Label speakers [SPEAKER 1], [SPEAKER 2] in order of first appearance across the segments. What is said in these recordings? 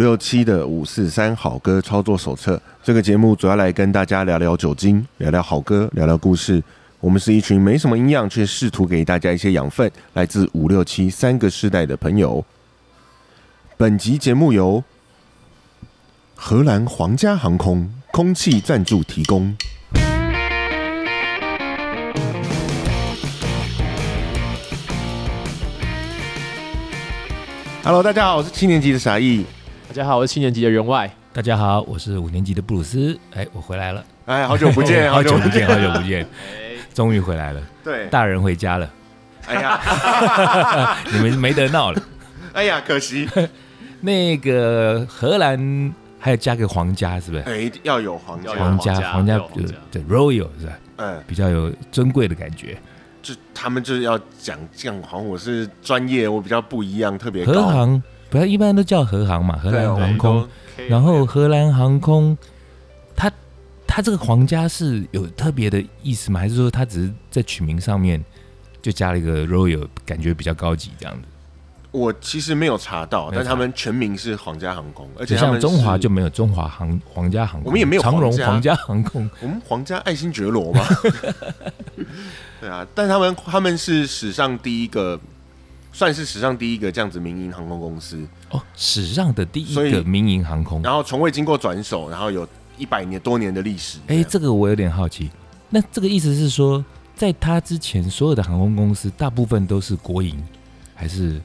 [SPEAKER 1] 六七的五四三好歌操作手册。这个节目主要来跟大家聊聊酒精，聊聊好歌，聊聊故事。我们是一群没什么营养，却试图给大家一些养分，来自五六七三个世代的朋友。本集节目由荷兰皇家航空空气赞助提供。Hello，大家好，我是七年级的傻义。
[SPEAKER 2] 大家好，我是七年级的员外。
[SPEAKER 3] 大家好，我是五年级的布鲁斯。哎，我回来了，
[SPEAKER 1] 哎，好久不见，
[SPEAKER 3] 好久
[SPEAKER 1] 不
[SPEAKER 3] 不见，好久不见，终于回来了，
[SPEAKER 1] 对，
[SPEAKER 3] 大人回家了，
[SPEAKER 1] 哎呀，
[SPEAKER 3] 你们没得闹了。
[SPEAKER 1] 哎呀，可惜，
[SPEAKER 3] 那个荷兰还有加个皇家，是不是？
[SPEAKER 1] 哎，要有皇
[SPEAKER 2] 要有
[SPEAKER 1] 家，
[SPEAKER 3] 家，
[SPEAKER 2] 皇
[SPEAKER 3] 皇
[SPEAKER 2] 家
[SPEAKER 3] 家
[SPEAKER 2] 要有皇家
[SPEAKER 3] 对 royal 是吧？
[SPEAKER 1] 嗯，
[SPEAKER 3] 比较有尊贵的感觉。
[SPEAKER 1] 就他们就是要讲这样，好像我是专业，我比较不一样，特别
[SPEAKER 3] 荷
[SPEAKER 1] 高，
[SPEAKER 3] 航不要一般都叫荷航嘛，荷
[SPEAKER 1] 对
[SPEAKER 3] 兰
[SPEAKER 1] 啊
[SPEAKER 3] 航空。然后荷兰航空，它它这个皇家是有特别的意思吗？还是说它只是在取名上面就加了一个 royal，感觉比较高级这样子？
[SPEAKER 1] 我其实没有查到，
[SPEAKER 3] 没有
[SPEAKER 1] 但
[SPEAKER 3] 查
[SPEAKER 1] 他们全名是皇家航空，而且
[SPEAKER 3] 就
[SPEAKER 1] 他们
[SPEAKER 3] 像中华
[SPEAKER 1] 是
[SPEAKER 3] 就没有中华航皇家航空，
[SPEAKER 1] 我们也没有
[SPEAKER 3] 长
[SPEAKER 1] 皇
[SPEAKER 3] 荣
[SPEAKER 1] 家
[SPEAKER 3] 皇家航空，
[SPEAKER 1] 我们皇家爱新觉罗 嘛，对啊，但他们他们是史上第一个，算是史上第一个这样子民营航空公司，
[SPEAKER 3] 哦，史上的第一
[SPEAKER 1] 所以
[SPEAKER 3] 个民营航空。
[SPEAKER 1] 然后从未经过转手，然后有一百年多年的历史，
[SPEAKER 3] 哎、这个我有点好奇，那这个意思是说，在它之前所有的航空公司大部分都是国营，还是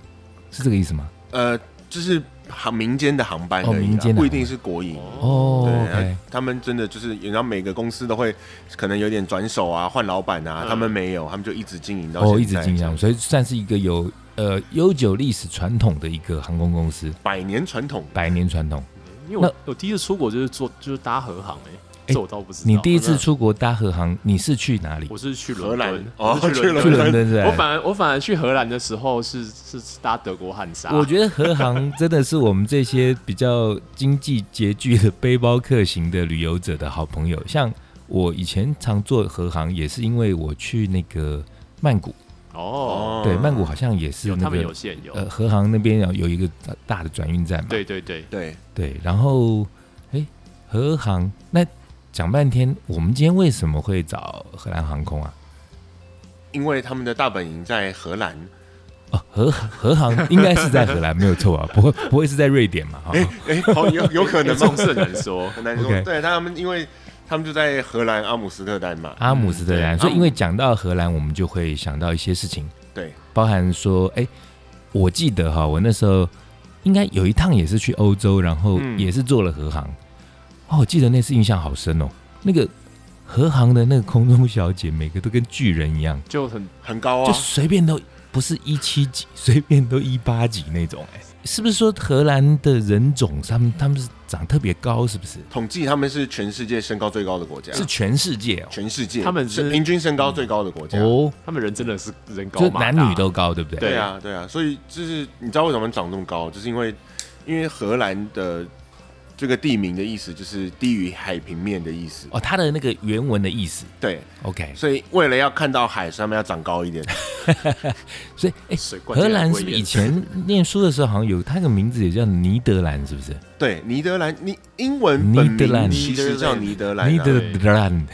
[SPEAKER 3] 是这个意思吗？
[SPEAKER 1] 呃，就是航民间的航班
[SPEAKER 3] 哦
[SPEAKER 1] 而已
[SPEAKER 3] 民
[SPEAKER 1] 啦，
[SPEAKER 3] 间的
[SPEAKER 1] 不一
[SPEAKER 3] 航
[SPEAKER 1] 定是国营。
[SPEAKER 3] 哦
[SPEAKER 1] 对，啊
[SPEAKER 3] ，OK，
[SPEAKER 1] 他们真的就是，然后每个公司都会可能有点转手啊，换老板啊，
[SPEAKER 2] 嗯
[SPEAKER 1] 他们没有，他们就一直经营到现在，
[SPEAKER 3] 哦，一直经营，所以算是一个有呃悠久历史传统的一个航空公司，
[SPEAKER 1] 百年传统。
[SPEAKER 3] 百年传统。
[SPEAKER 2] 因为我我第一次出国就是坐就是搭荷航哎、
[SPEAKER 3] 哎
[SPEAKER 2] 这我倒不知道。
[SPEAKER 3] 你第一次
[SPEAKER 2] 那
[SPEAKER 3] 出国搭荷航，你是去哪里？
[SPEAKER 2] 我是去
[SPEAKER 1] 荷
[SPEAKER 2] 伦
[SPEAKER 1] 兰
[SPEAKER 2] 敦，
[SPEAKER 1] 哦
[SPEAKER 2] 我是
[SPEAKER 1] 去
[SPEAKER 2] 去
[SPEAKER 3] 去
[SPEAKER 2] 伦敦。
[SPEAKER 3] 伦敦是吧
[SPEAKER 2] 我反而我反而去荷兰的时候是是是搭德国汉莎，
[SPEAKER 3] 我觉得荷航真的是我们这些比较经济拮据的背包客型的旅游者的好朋友。像我以前常坐荷航，也是因为我去那个曼谷，
[SPEAKER 2] 哦，
[SPEAKER 3] 对，曼谷好像也是
[SPEAKER 2] 有
[SPEAKER 3] 那
[SPEAKER 2] 他们
[SPEAKER 3] 个
[SPEAKER 2] 有现有，
[SPEAKER 3] 呃荷航那边有有一个大的转运站嘛，
[SPEAKER 2] 对对对，
[SPEAKER 1] 对，
[SPEAKER 3] 对，然后哎荷航那讲半天，我们今天为什么会找荷兰航空啊？
[SPEAKER 1] 因为他们的大本营在荷兰，
[SPEAKER 3] 哦，荷荷航应该是在荷兰没有错啊，不会不会是在瑞典嘛？哈、
[SPEAKER 1] 哎哎，好有有可能
[SPEAKER 2] 这
[SPEAKER 1] 吗
[SPEAKER 2] 种？事难说。
[SPEAKER 1] 很难说。
[SPEAKER 3] OK
[SPEAKER 1] 对，他们因为他们就在荷兰阿姆斯特丹嘛，
[SPEAKER 3] 阿姆斯特丹，
[SPEAKER 1] 嗯对
[SPEAKER 3] 所以因为讲到荷兰，我们就会想到一些事情，
[SPEAKER 1] 对，
[SPEAKER 3] 包含说，哎、我记得哈，我那时候应该有一趟也是去欧洲，然后
[SPEAKER 1] 嗯
[SPEAKER 3] 也是坐了荷航，哦，我记得那次印象好深哦，那个荷航的那个空中小姐，每个都跟巨人一样，
[SPEAKER 2] 就很
[SPEAKER 1] 很高
[SPEAKER 3] 就
[SPEAKER 1] 啊。
[SPEAKER 3] 随便都不是一七几，随便都一八几那种、哎，是不是说荷兰的人种，他们他们是长特别高，是不是？
[SPEAKER 1] 统计他们是全世界身高最高的国家，
[SPEAKER 3] 是全世界哦。
[SPEAKER 1] 啊全啊世界
[SPEAKER 2] 他们是
[SPEAKER 1] 平均身高最高的国家。
[SPEAKER 3] 哦，
[SPEAKER 2] 他们人真的是人高
[SPEAKER 3] 就
[SPEAKER 2] 马大
[SPEAKER 3] 男女都高，对不对？
[SPEAKER 1] 对啊，对啊，所以就是你知道为什么长这么高，就是因为因为荷兰的这个地名的意思就是低于海平面的意思。
[SPEAKER 3] 哦，它的那个原文的意思
[SPEAKER 1] 对，
[SPEAKER 3] ，OK。
[SPEAKER 1] 所以为了要看到海，所以他们要长高一 点。
[SPEAKER 3] 所以，哎、
[SPEAKER 2] 水灌进
[SPEAKER 3] 荷
[SPEAKER 2] 来
[SPEAKER 3] 兰
[SPEAKER 2] 不
[SPEAKER 3] 是
[SPEAKER 2] 会
[SPEAKER 3] 不是
[SPEAKER 2] 淹
[SPEAKER 3] 以前念书的时候好像有它个名字也叫尼德兰，是不是？
[SPEAKER 1] 对，尼德兰，尼英文本
[SPEAKER 3] 尼德
[SPEAKER 1] 名
[SPEAKER 3] 兰
[SPEAKER 1] 其实叫尼德兰、啊。
[SPEAKER 3] 尼德兰，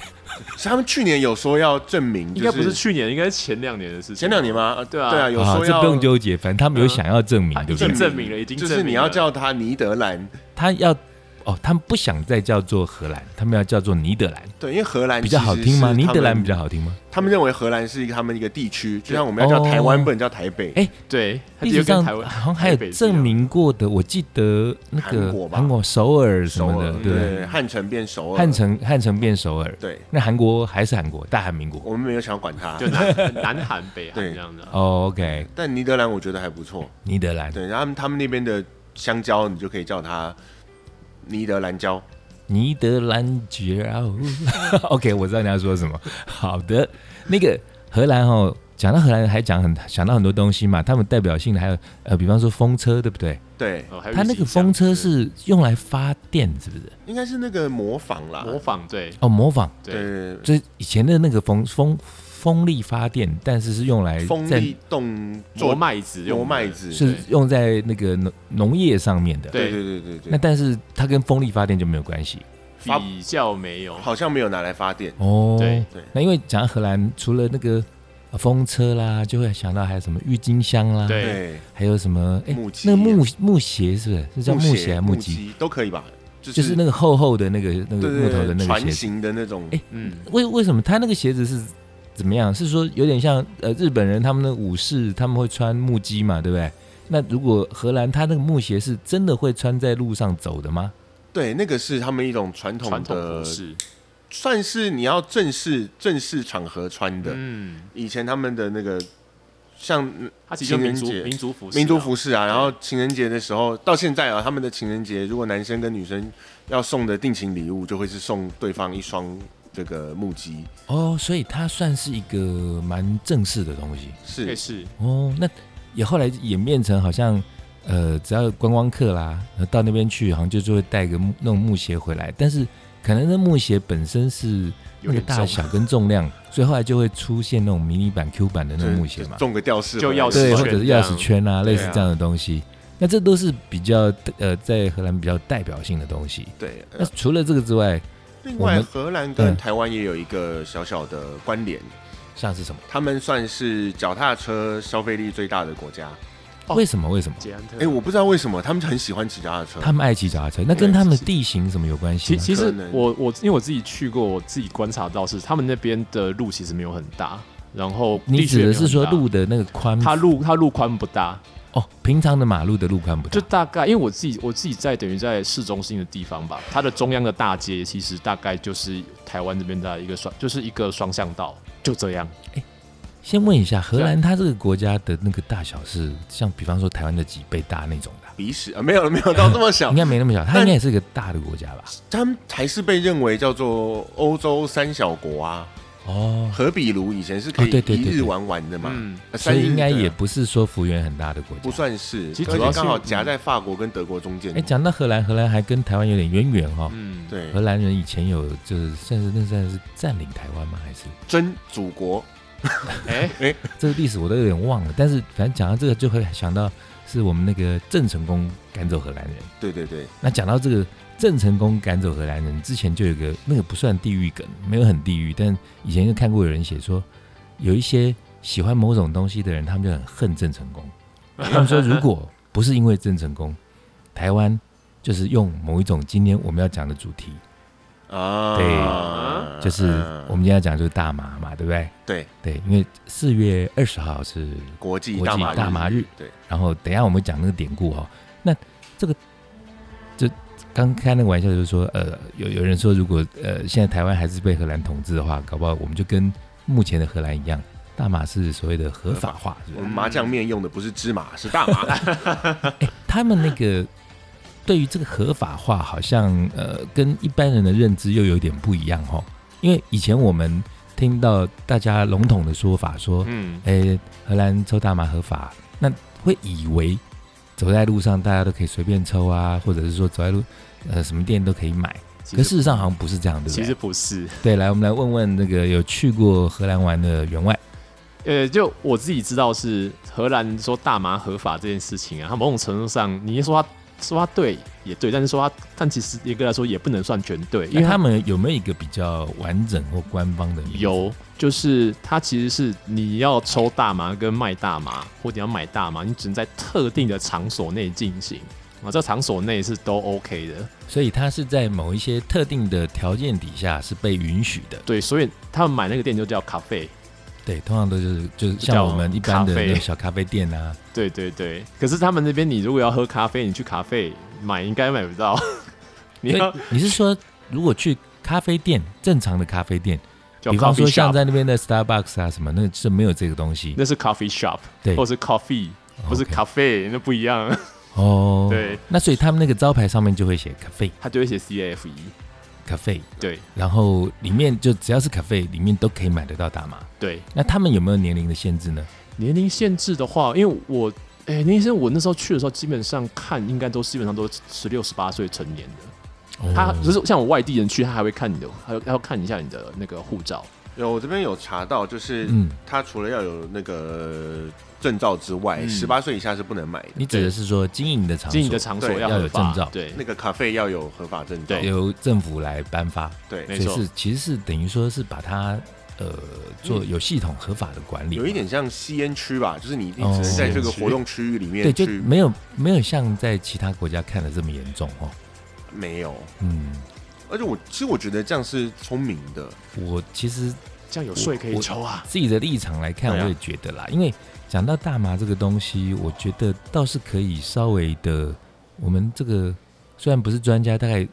[SPEAKER 1] 是他们去年有说要证明，
[SPEAKER 2] 应
[SPEAKER 1] 就
[SPEAKER 2] 该不是去年，应该是前两年的事情。
[SPEAKER 1] 前两年吗？呃
[SPEAKER 2] 对啊
[SPEAKER 1] 对啊，有
[SPEAKER 3] 啊，
[SPEAKER 1] 说
[SPEAKER 3] 这
[SPEAKER 1] 要
[SPEAKER 3] 不用纠结，反正他们有想要证明，
[SPEAKER 2] 啊
[SPEAKER 3] 对不
[SPEAKER 2] 已
[SPEAKER 3] 对
[SPEAKER 2] 经？证明了，已经
[SPEAKER 1] 就
[SPEAKER 2] 证
[SPEAKER 1] 是
[SPEAKER 2] 明
[SPEAKER 1] 你要
[SPEAKER 2] 了
[SPEAKER 1] 叫他尼德兰，
[SPEAKER 3] 他要哦，他们不想再叫做荷兰，他们要叫做尼德兰，
[SPEAKER 1] 对，因为荷兰
[SPEAKER 3] 比较好听吗？
[SPEAKER 1] 其实
[SPEAKER 3] 尼
[SPEAKER 1] 是他们
[SPEAKER 3] 德兰比较好听吗？
[SPEAKER 1] 他们认为荷兰是一个他们一个地区，就像我们要叫台湾，
[SPEAKER 3] 哦
[SPEAKER 1] 不能叫台北。
[SPEAKER 3] 哎
[SPEAKER 2] 对，它
[SPEAKER 3] 历
[SPEAKER 2] 就
[SPEAKER 3] 史
[SPEAKER 2] 跟
[SPEAKER 3] 上
[SPEAKER 2] 台湾
[SPEAKER 3] 好像还有
[SPEAKER 2] 台北是一样
[SPEAKER 3] 证明过的，我记得那个
[SPEAKER 1] 韩国吧
[SPEAKER 3] 韩国首尔什么的，
[SPEAKER 1] 首尔
[SPEAKER 3] 对不对？
[SPEAKER 1] 对，汉城变首尔，
[SPEAKER 3] 汉城汉城变首尔，
[SPEAKER 1] 对，
[SPEAKER 3] 那韩国还是韩国，大韩民国。
[SPEAKER 1] 我们没有想要管它
[SPEAKER 2] 就。南南韩北韩
[SPEAKER 1] 对
[SPEAKER 2] 这样的、啊。
[SPEAKER 3] 哦，OK，
[SPEAKER 1] 但尼德兰我觉得还不错，
[SPEAKER 3] 尼德兰，
[SPEAKER 1] 对，然后他们他们那边的香蕉，你就可以叫它尼德兰蕉。
[SPEAKER 3] 尼德兰爵啊哦 OK，我知道你要说什么。好的，那个荷兰哦，讲到荷兰还讲很想到很多东西嘛，他们代表性的还有呃，比方说风车，对不对？
[SPEAKER 1] 对，
[SPEAKER 2] 哦，还有
[SPEAKER 3] 它
[SPEAKER 2] 一
[SPEAKER 3] 那
[SPEAKER 2] 起
[SPEAKER 3] 个
[SPEAKER 2] 讲
[SPEAKER 3] 风车是用来发电，是不是？
[SPEAKER 1] 应该是那个模仿啦，
[SPEAKER 2] 模仿，对
[SPEAKER 3] 哦，模仿，
[SPEAKER 2] 对
[SPEAKER 1] 对，
[SPEAKER 3] 就是以前的那个风风风力发电，但是是用来
[SPEAKER 1] 风
[SPEAKER 3] 在
[SPEAKER 1] 力动
[SPEAKER 2] 磨
[SPEAKER 1] 做
[SPEAKER 2] 麦子用
[SPEAKER 1] 磨
[SPEAKER 2] 的
[SPEAKER 1] 麦子，
[SPEAKER 3] 是用在那个农农业上面的。
[SPEAKER 1] 对
[SPEAKER 2] 对
[SPEAKER 1] 对对对对
[SPEAKER 3] 那但是它跟风力发电就没有关系
[SPEAKER 1] 发
[SPEAKER 2] 比较没有，
[SPEAKER 1] 好像没有拿来发电，
[SPEAKER 3] 哦。
[SPEAKER 2] 对
[SPEAKER 1] 对
[SPEAKER 3] 那因为讲到荷兰，除了那个呃风车啦，就会想到还有什么郁金香啦，
[SPEAKER 2] 对
[SPEAKER 1] 对，
[SPEAKER 3] 还有什么哎，
[SPEAKER 1] 木屐啊
[SPEAKER 3] 那个木木鞋是不是？是叫木鞋还是木
[SPEAKER 1] 木
[SPEAKER 3] 屐？
[SPEAKER 1] 都可以吧？就
[SPEAKER 3] 就是那个厚厚的那个那个
[SPEAKER 1] 对
[SPEAKER 3] 木
[SPEAKER 1] 对
[SPEAKER 3] 头
[SPEAKER 1] 对
[SPEAKER 3] 的那个鞋
[SPEAKER 1] 船
[SPEAKER 3] 子。
[SPEAKER 1] 型的那种
[SPEAKER 3] 哎，
[SPEAKER 2] 嗯，
[SPEAKER 3] 为为什么他那个鞋子是怎么样？是说有点像呃日本人他们的武士他们会穿木屐嘛，对不对？那如果荷兰他那个木鞋是真的会穿在路上走的吗？
[SPEAKER 1] 对，那个是他们一种传统
[SPEAKER 2] 传统
[SPEAKER 1] 的
[SPEAKER 2] 服，饰，
[SPEAKER 1] 算是你要正式正式场合穿的。
[SPEAKER 2] 嗯，
[SPEAKER 1] 以前他们的那个像
[SPEAKER 2] 它其实就民族
[SPEAKER 1] 情人节
[SPEAKER 2] 民族服饰啊
[SPEAKER 1] 民族服饰啊，然后情人节的时候，到现在啊，他们的情人节，如果男生跟女生要送的定情礼物，就会是送对方一双这个木屐，
[SPEAKER 3] 哦，所以它算是一个蛮正式的东西
[SPEAKER 1] 是
[SPEAKER 2] 也是
[SPEAKER 3] 哦。那也后来演变成好像呃，只要观光客啦呃到那边去，好像就就会带个木那种木鞋回来，但是可能那木鞋本身是
[SPEAKER 2] 有
[SPEAKER 3] 那个
[SPEAKER 2] 点
[SPEAKER 3] 大
[SPEAKER 2] 重，
[SPEAKER 3] 小跟重量，所以后来就会出现那种迷你版 Q 版的那种木鞋嘛。
[SPEAKER 1] 中个吊饰
[SPEAKER 2] 就钥匙
[SPEAKER 3] 对，
[SPEAKER 2] 圈
[SPEAKER 3] 或者是钥匙圈啊，
[SPEAKER 1] 这样
[SPEAKER 3] 类似这样的东西。那这都是比较呃，在荷兰比较代表性的东西。
[SPEAKER 1] 对。
[SPEAKER 2] 啊
[SPEAKER 1] 呃
[SPEAKER 3] 那除了这个之外，
[SPEAKER 1] 另
[SPEAKER 3] 我
[SPEAKER 1] 外，
[SPEAKER 3] 们
[SPEAKER 1] 荷兰跟
[SPEAKER 3] 嗯
[SPEAKER 1] 台湾也有一个小小的关联，
[SPEAKER 3] 像是什么？
[SPEAKER 1] 他们算是脚踏车消费力最大的国家。
[SPEAKER 2] 哦
[SPEAKER 3] 为什么？为什么？
[SPEAKER 2] 捷安特，
[SPEAKER 1] 哎、我不知道为什么他们很喜欢骑脚踏车。
[SPEAKER 3] 他们爱骑脚踏车，那跟他们的地形什么有关系
[SPEAKER 2] 其
[SPEAKER 3] 吗？
[SPEAKER 2] 其
[SPEAKER 1] 可
[SPEAKER 2] 实
[SPEAKER 1] 能
[SPEAKER 2] 我我因为我自己去过，我自己观察到是他们那边的路其实没有很大，然后
[SPEAKER 3] 你
[SPEAKER 2] 地区也没
[SPEAKER 3] 指的
[SPEAKER 2] 有
[SPEAKER 3] 是说
[SPEAKER 2] 很大
[SPEAKER 3] 路的那个宽？
[SPEAKER 2] 它路它路宽不大，
[SPEAKER 3] 哦，平常的马路的路宽不
[SPEAKER 2] 就
[SPEAKER 3] 大。
[SPEAKER 2] 大概因为我自己我自己在等于在市中心的地方吧，它的中央的大街其实大概就是台湾这边的一个双就是一个双向道，就这样。
[SPEAKER 3] 先问一下，荷兰
[SPEAKER 2] 啊
[SPEAKER 3] 它这个国家的那个大小是像比方说台湾的几倍大那种的啊？
[SPEAKER 1] 鼻屎啊，没有没有到这么小
[SPEAKER 3] 应，该没那么小，它
[SPEAKER 1] 但
[SPEAKER 3] 应该也是一个大的国家吧？
[SPEAKER 1] 他们还是被认为叫做欧洲三小国啊。
[SPEAKER 3] 哦，
[SPEAKER 1] 荷比卢以前是可以
[SPEAKER 3] 哦对对
[SPEAKER 1] 一
[SPEAKER 3] 对
[SPEAKER 1] 日
[SPEAKER 3] 对
[SPEAKER 1] 玩完的嘛，
[SPEAKER 2] 嗯
[SPEAKER 1] 呃
[SPEAKER 3] 所
[SPEAKER 1] 三
[SPEAKER 3] 以
[SPEAKER 1] 日
[SPEAKER 3] 应该
[SPEAKER 1] 的
[SPEAKER 3] 也不是说幅员很大的国家。
[SPEAKER 1] 不算是，
[SPEAKER 2] 其实
[SPEAKER 1] 而
[SPEAKER 2] 主
[SPEAKER 1] 且
[SPEAKER 2] 要是
[SPEAKER 1] 刚好夹在法国跟德国中间
[SPEAKER 3] 哎，。讲到荷兰，荷兰还跟台湾有点渊源哈、哦。
[SPEAKER 2] 嗯，
[SPEAKER 1] 对
[SPEAKER 3] 荷，兰人以前有就是算是那算是占领台湾吗？还是
[SPEAKER 1] 真祖国
[SPEAKER 2] 哎、
[SPEAKER 3] 这个历史我都有点忘了。但是反正讲到这个，就会想到是我们那个郑成功赶走荷兰人。
[SPEAKER 1] 对对对，
[SPEAKER 3] 那讲到这个郑成功赶走荷兰人之前，就有一个那个不算地狱梗，没有很地狱，但以前就看过有人写说，有一些喜欢某种东西的人，他们就很恨郑成功。他们说，如果不是因为郑成功， 台湾就是用某一种今天我们要讲的主题，
[SPEAKER 1] 啊，
[SPEAKER 3] 对就是
[SPEAKER 1] 嗯
[SPEAKER 3] 我们今天要讲的就是大麻嘛，对不对？
[SPEAKER 1] 对
[SPEAKER 3] 对，因为四月二十号是，
[SPEAKER 1] 国际
[SPEAKER 3] 国际
[SPEAKER 1] 大马
[SPEAKER 3] 大麻日，
[SPEAKER 1] 对，
[SPEAKER 3] 然后等一下我们讲那个典故哦。那这个就刚开那个玩笑，就是说，呃，有有人说，如果呃现在台湾还是被荷兰统治的话，搞不好我们就跟目前的荷兰一样，大麻是所谓的合法化，是
[SPEAKER 1] 我
[SPEAKER 3] 不是
[SPEAKER 1] 们麻酱面用的不是芝麻，是大 麻。
[SPEAKER 3] 他们那个对于这个合法化，好像呃跟一般人的认知又有点不一样哦。因为以前我们听到大家笼统的说法说，
[SPEAKER 2] 嗯，
[SPEAKER 3] 诶，荷兰抽大麻合法，那会以为走在路上大家都可以随便抽啊，或者是说走在路呃什么店都可以买。
[SPEAKER 2] 其
[SPEAKER 3] 可事
[SPEAKER 2] 实
[SPEAKER 3] 实上好像不是这样，对不
[SPEAKER 2] 其实
[SPEAKER 3] 对？
[SPEAKER 2] 不是，
[SPEAKER 3] 对，来我们来问问那个有去过荷兰玩的员外，
[SPEAKER 2] 呃，就我自己知道是荷兰说大麻合法这件事情啊，它某种程度上，你说它说它对也对，但是说它，但其实严格来说也不能算全对，因
[SPEAKER 3] 因
[SPEAKER 2] 为
[SPEAKER 3] 为
[SPEAKER 2] 它
[SPEAKER 3] 他们有没有一个比较完整或官方的名字？
[SPEAKER 2] 有，就是它其实是你要抽大麻跟卖大麻，或者要买大麻，你只能在特定的场所内进行啊，这场所内是都 OK 的。
[SPEAKER 3] 所以它是在某一些特定的条件底下是被允许的。
[SPEAKER 2] 对，所以他们买那个店就叫咖啡。
[SPEAKER 3] 对，通常都就是就是
[SPEAKER 2] 叫
[SPEAKER 3] 像我们一般的
[SPEAKER 2] 咖啡
[SPEAKER 3] 那种小咖啡店啊，
[SPEAKER 2] 对对对，可是他们那边你如果要喝咖啡，你去咖啡买应该买不到， 你
[SPEAKER 3] 所
[SPEAKER 2] 要
[SPEAKER 3] 以你是说如果去咖啡店，正常的咖啡店，
[SPEAKER 2] 叫
[SPEAKER 3] 比方说
[SPEAKER 2] coffee
[SPEAKER 3] 像
[SPEAKER 2] shop，
[SPEAKER 3] 在那边的 Starbucks 啊什么，那是没有这个东西。
[SPEAKER 2] 那是 coffee shop，
[SPEAKER 3] 对，哦
[SPEAKER 2] 或是 coffee，或是
[SPEAKER 3] OK
[SPEAKER 2] 咖啡，那不一 样，
[SPEAKER 3] 哦，
[SPEAKER 2] 对。
[SPEAKER 3] 那所以他们那个招牌上面就会写 cafe
[SPEAKER 2] 他就会写
[SPEAKER 3] E
[SPEAKER 2] CAFE。
[SPEAKER 3] cafe，
[SPEAKER 2] 对
[SPEAKER 3] 然后里面就只要是 cafe 里面都可以买得到大麻。
[SPEAKER 2] 对，
[SPEAKER 3] 那他们有没有年龄的限制呢？
[SPEAKER 2] 年龄限制的话，因为我，哎、林医生，我那时候去的时候，基本上看应该都基本上都十六、十八岁成年的。他
[SPEAKER 3] 哦
[SPEAKER 2] 就是像我外地人去，他还会看你的，还要还要看一下你的那个护照，
[SPEAKER 1] 有，我这边有查到，就是
[SPEAKER 3] 嗯，
[SPEAKER 1] 它除了要有那个证照之外，
[SPEAKER 2] 嗯
[SPEAKER 1] 十八岁以下是不能买的。
[SPEAKER 3] 你指的是说经营的场所
[SPEAKER 2] 经营的场所
[SPEAKER 1] 对
[SPEAKER 3] 要有
[SPEAKER 2] 合法，
[SPEAKER 3] 证照
[SPEAKER 2] 对，
[SPEAKER 1] 那个咖啡要有合法证照。
[SPEAKER 2] 对
[SPEAKER 3] 由政府来颁发，
[SPEAKER 1] 对，
[SPEAKER 2] 没
[SPEAKER 3] 所以
[SPEAKER 2] 错
[SPEAKER 3] 是其实是等于说是把它呃做有系统合法的管理，
[SPEAKER 1] 嗯有一点像吸烟区吧，就是你一定
[SPEAKER 3] 哦
[SPEAKER 1] 只能在这
[SPEAKER 2] 吸
[SPEAKER 1] 个
[SPEAKER 2] 烟区
[SPEAKER 1] 活动区域里面
[SPEAKER 3] 对，就
[SPEAKER 1] 去，
[SPEAKER 3] 没有没有像在其他国家看的这么严重哦。
[SPEAKER 1] 没有。
[SPEAKER 3] 嗯，
[SPEAKER 1] 而且我其实我觉得这样是聪明的，
[SPEAKER 3] 我其实
[SPEAKER 2] 这样有税可以抽啊。
[SPEAKER 3] 自己的立场来看，
[SPEAKER 1] 对啊
[SPEAKER 3] 我也觉得啦，因为讲到大麻这个东西，我觉得倒是可以稍微的，我们这个虽然不是专家，大概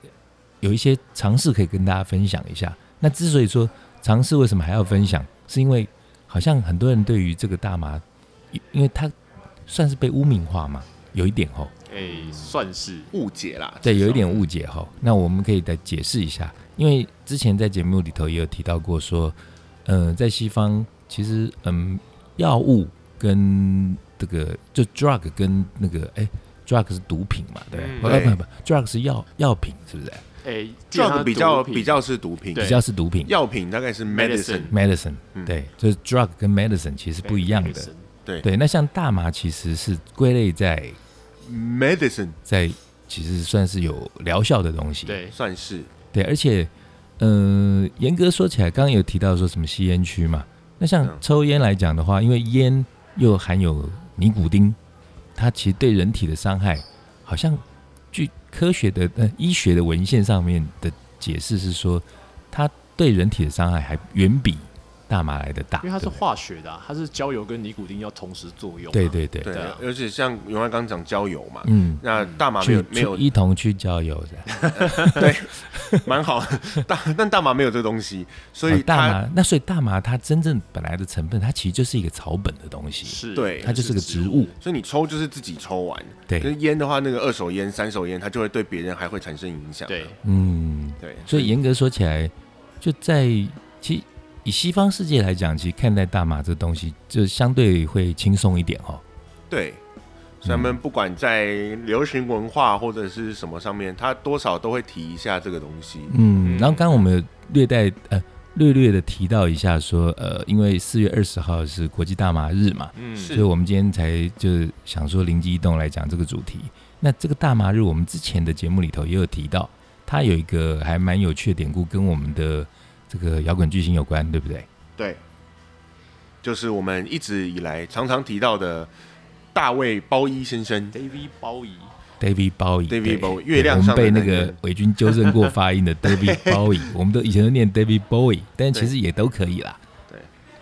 [SPEAKER 3] 有一些尝试可以跟大家分享一下。那之所以说尝试为什么还要分享，是因为好像很多人对于这个大麻，因因为它算是被污名化嘛，有一点吼，
[SPEAKER 2] 哎，算是
[SPEAKER 1] 误解啦。
[SPEAKER 3] 对，
[SPEAKER 1] 至少
[SPEAKER 3] 有一点误解哈。那我们可以来解释一下，因为之前在节目里头也有提到过说，呃，在西方其实嗯，药物跟这个就 drug 跟那个哎、drug 是毒品嘛，对
[SPEAKER 2] 嗯
[SPEAKER 3] 不对？
[SPEAKER 1] 对
[SPEAKER 3] 不不不，drug 是药药品是不是？
[SPEAKER 2] 哎，基本上
[SPEAKER 1] ，drug 比较
[SPEAKER 2] 毒品
[SPEAKER 1] 比较是毒品，
[SPEAKER 2] 对
[SPEAKER 3] 比较是毒品
[SPEAKER 1] 药品大概是 medicine
[SPEAKER 2] Medicine。
[SPEAKER 3] medicine，、
[SPEAKER 1] 嗯
[SPEAKER 3] 对，就是 drug 跟 medicine 其实不一
[SPEAKER 2] 哎
[SPEAKER 3] 样的。
[SPEAKER 1] 对
[SPEAKER 3] 对，那像大麻其实是归类在
[SPEAKER 1] medicine
[SPEAKER 3] 在其实算是有疗效的东西。
[SPEAKER 2] 对，
[SPEAKER 1] 算是
[SPEAKER 3] 对，而且，呃，严格说起来，刚刚有提到说什么吸烟区嘛，那像
[SPEAKER 1] 嗯
[SPEAKER 3] 抽烟来讲的话，因为烟又含有尼古丁，它其实对人体的伤害，好像据科学的呃医学的文献上面的解释是说，它对人体的伤害还远比大麻来的大，
[SPEAKER 2] 因为它是
[SPEAKER 3] 对不
[SPEAKER 2] 化学的啊，它是焦油跟尼古丁要同时作用啊。
[SPEAKER 3] 对对对对，
[SPEAKER 1] 对
[SPEAKER 2] 对啊，
[SPEAKER 1] 而且像永安刚讲郊游嘛，
[SPEAKER 3] 嗯，
[SPEAKER 1] 那大麻没
[SPEAKER 3] 去
[SPEAKER 1] 有没
[SPEAKER 3] 去
[SPEAKER 1] 有
[SPEAKER 3] 一同去郊游的，
[SPEAKER 1] 蛮好， 大但大麻没有这东西，所
[SPEAKER 3] 呃
[SPEAKER 1] 以
[SPEAKER 3] 大
[SPEAKER 1] 它
[SPEAKER 3] 麻那所以大麻它真正本来的成分，它其实就是一个草本的东西，
[SPEAKER 2] 是，
[SPEAKER 1] 对
[SPEAKER 3] 它就是个植物，
[SPEAKER 1] 所以你抽就是自己抽完，
[SPEAKER 3] 对
[SPEAKER 1] 可是烟的话，那个二手烟、三手烟，它就会对别人还会产生影响啊。
[SPEAKER 2] 对，
[SPEAKER 3] 嗯。
[SPEAKER 1] 对，
[SPEAKER 3] 所以严格说起来，就在其实以西方世界来讲，其实看待大麻这东西就相对会轻松一点哦。
[SPEAKER 1] 对，所以他们不管在流行文化或者是什么上面，它多少都会提一下这个东西。
[SPEAKER 2] 嗯
[SPEAKER 3] 嗯，然后刚刚我们有略带呃略略的提到一下说，呃，因为四月二十号是国际大麻日嘛，
[SPEAKER 2] 嗯，
[SPEAKER 1] 是
[SPEAKER 3] 所以我们今天才就是想说灵机一动来讲这个主题。那这个大麻日，我们之前的节目里头也有提到，它有一个还蛮有趣的典故，跟我们的这个摇滚巨星有关，对不对？
[SPEAKER 1] 对，就是我们一直以来常常提到的大卫包伊先生，
[SPEAKER 2] David 包仪，
[SPEAKER 3] David Bowie，
[SPEAKER 1] David
[SPEAKER 3] 对
[SPEAKER 1] Bowie，
[SPEAKER 3] 对
[SPEAKER 1] 月亮
[SPEAKER 3] 我们
[SPEAKER 1] 上的
[SPEAKER 3] 被那
[SPEAKER 1] 男人
[SPEAKER 3] 个伟军纠正过发音的 David Bowie，我们都以前都念 David Bowie，但其实也都可以啦。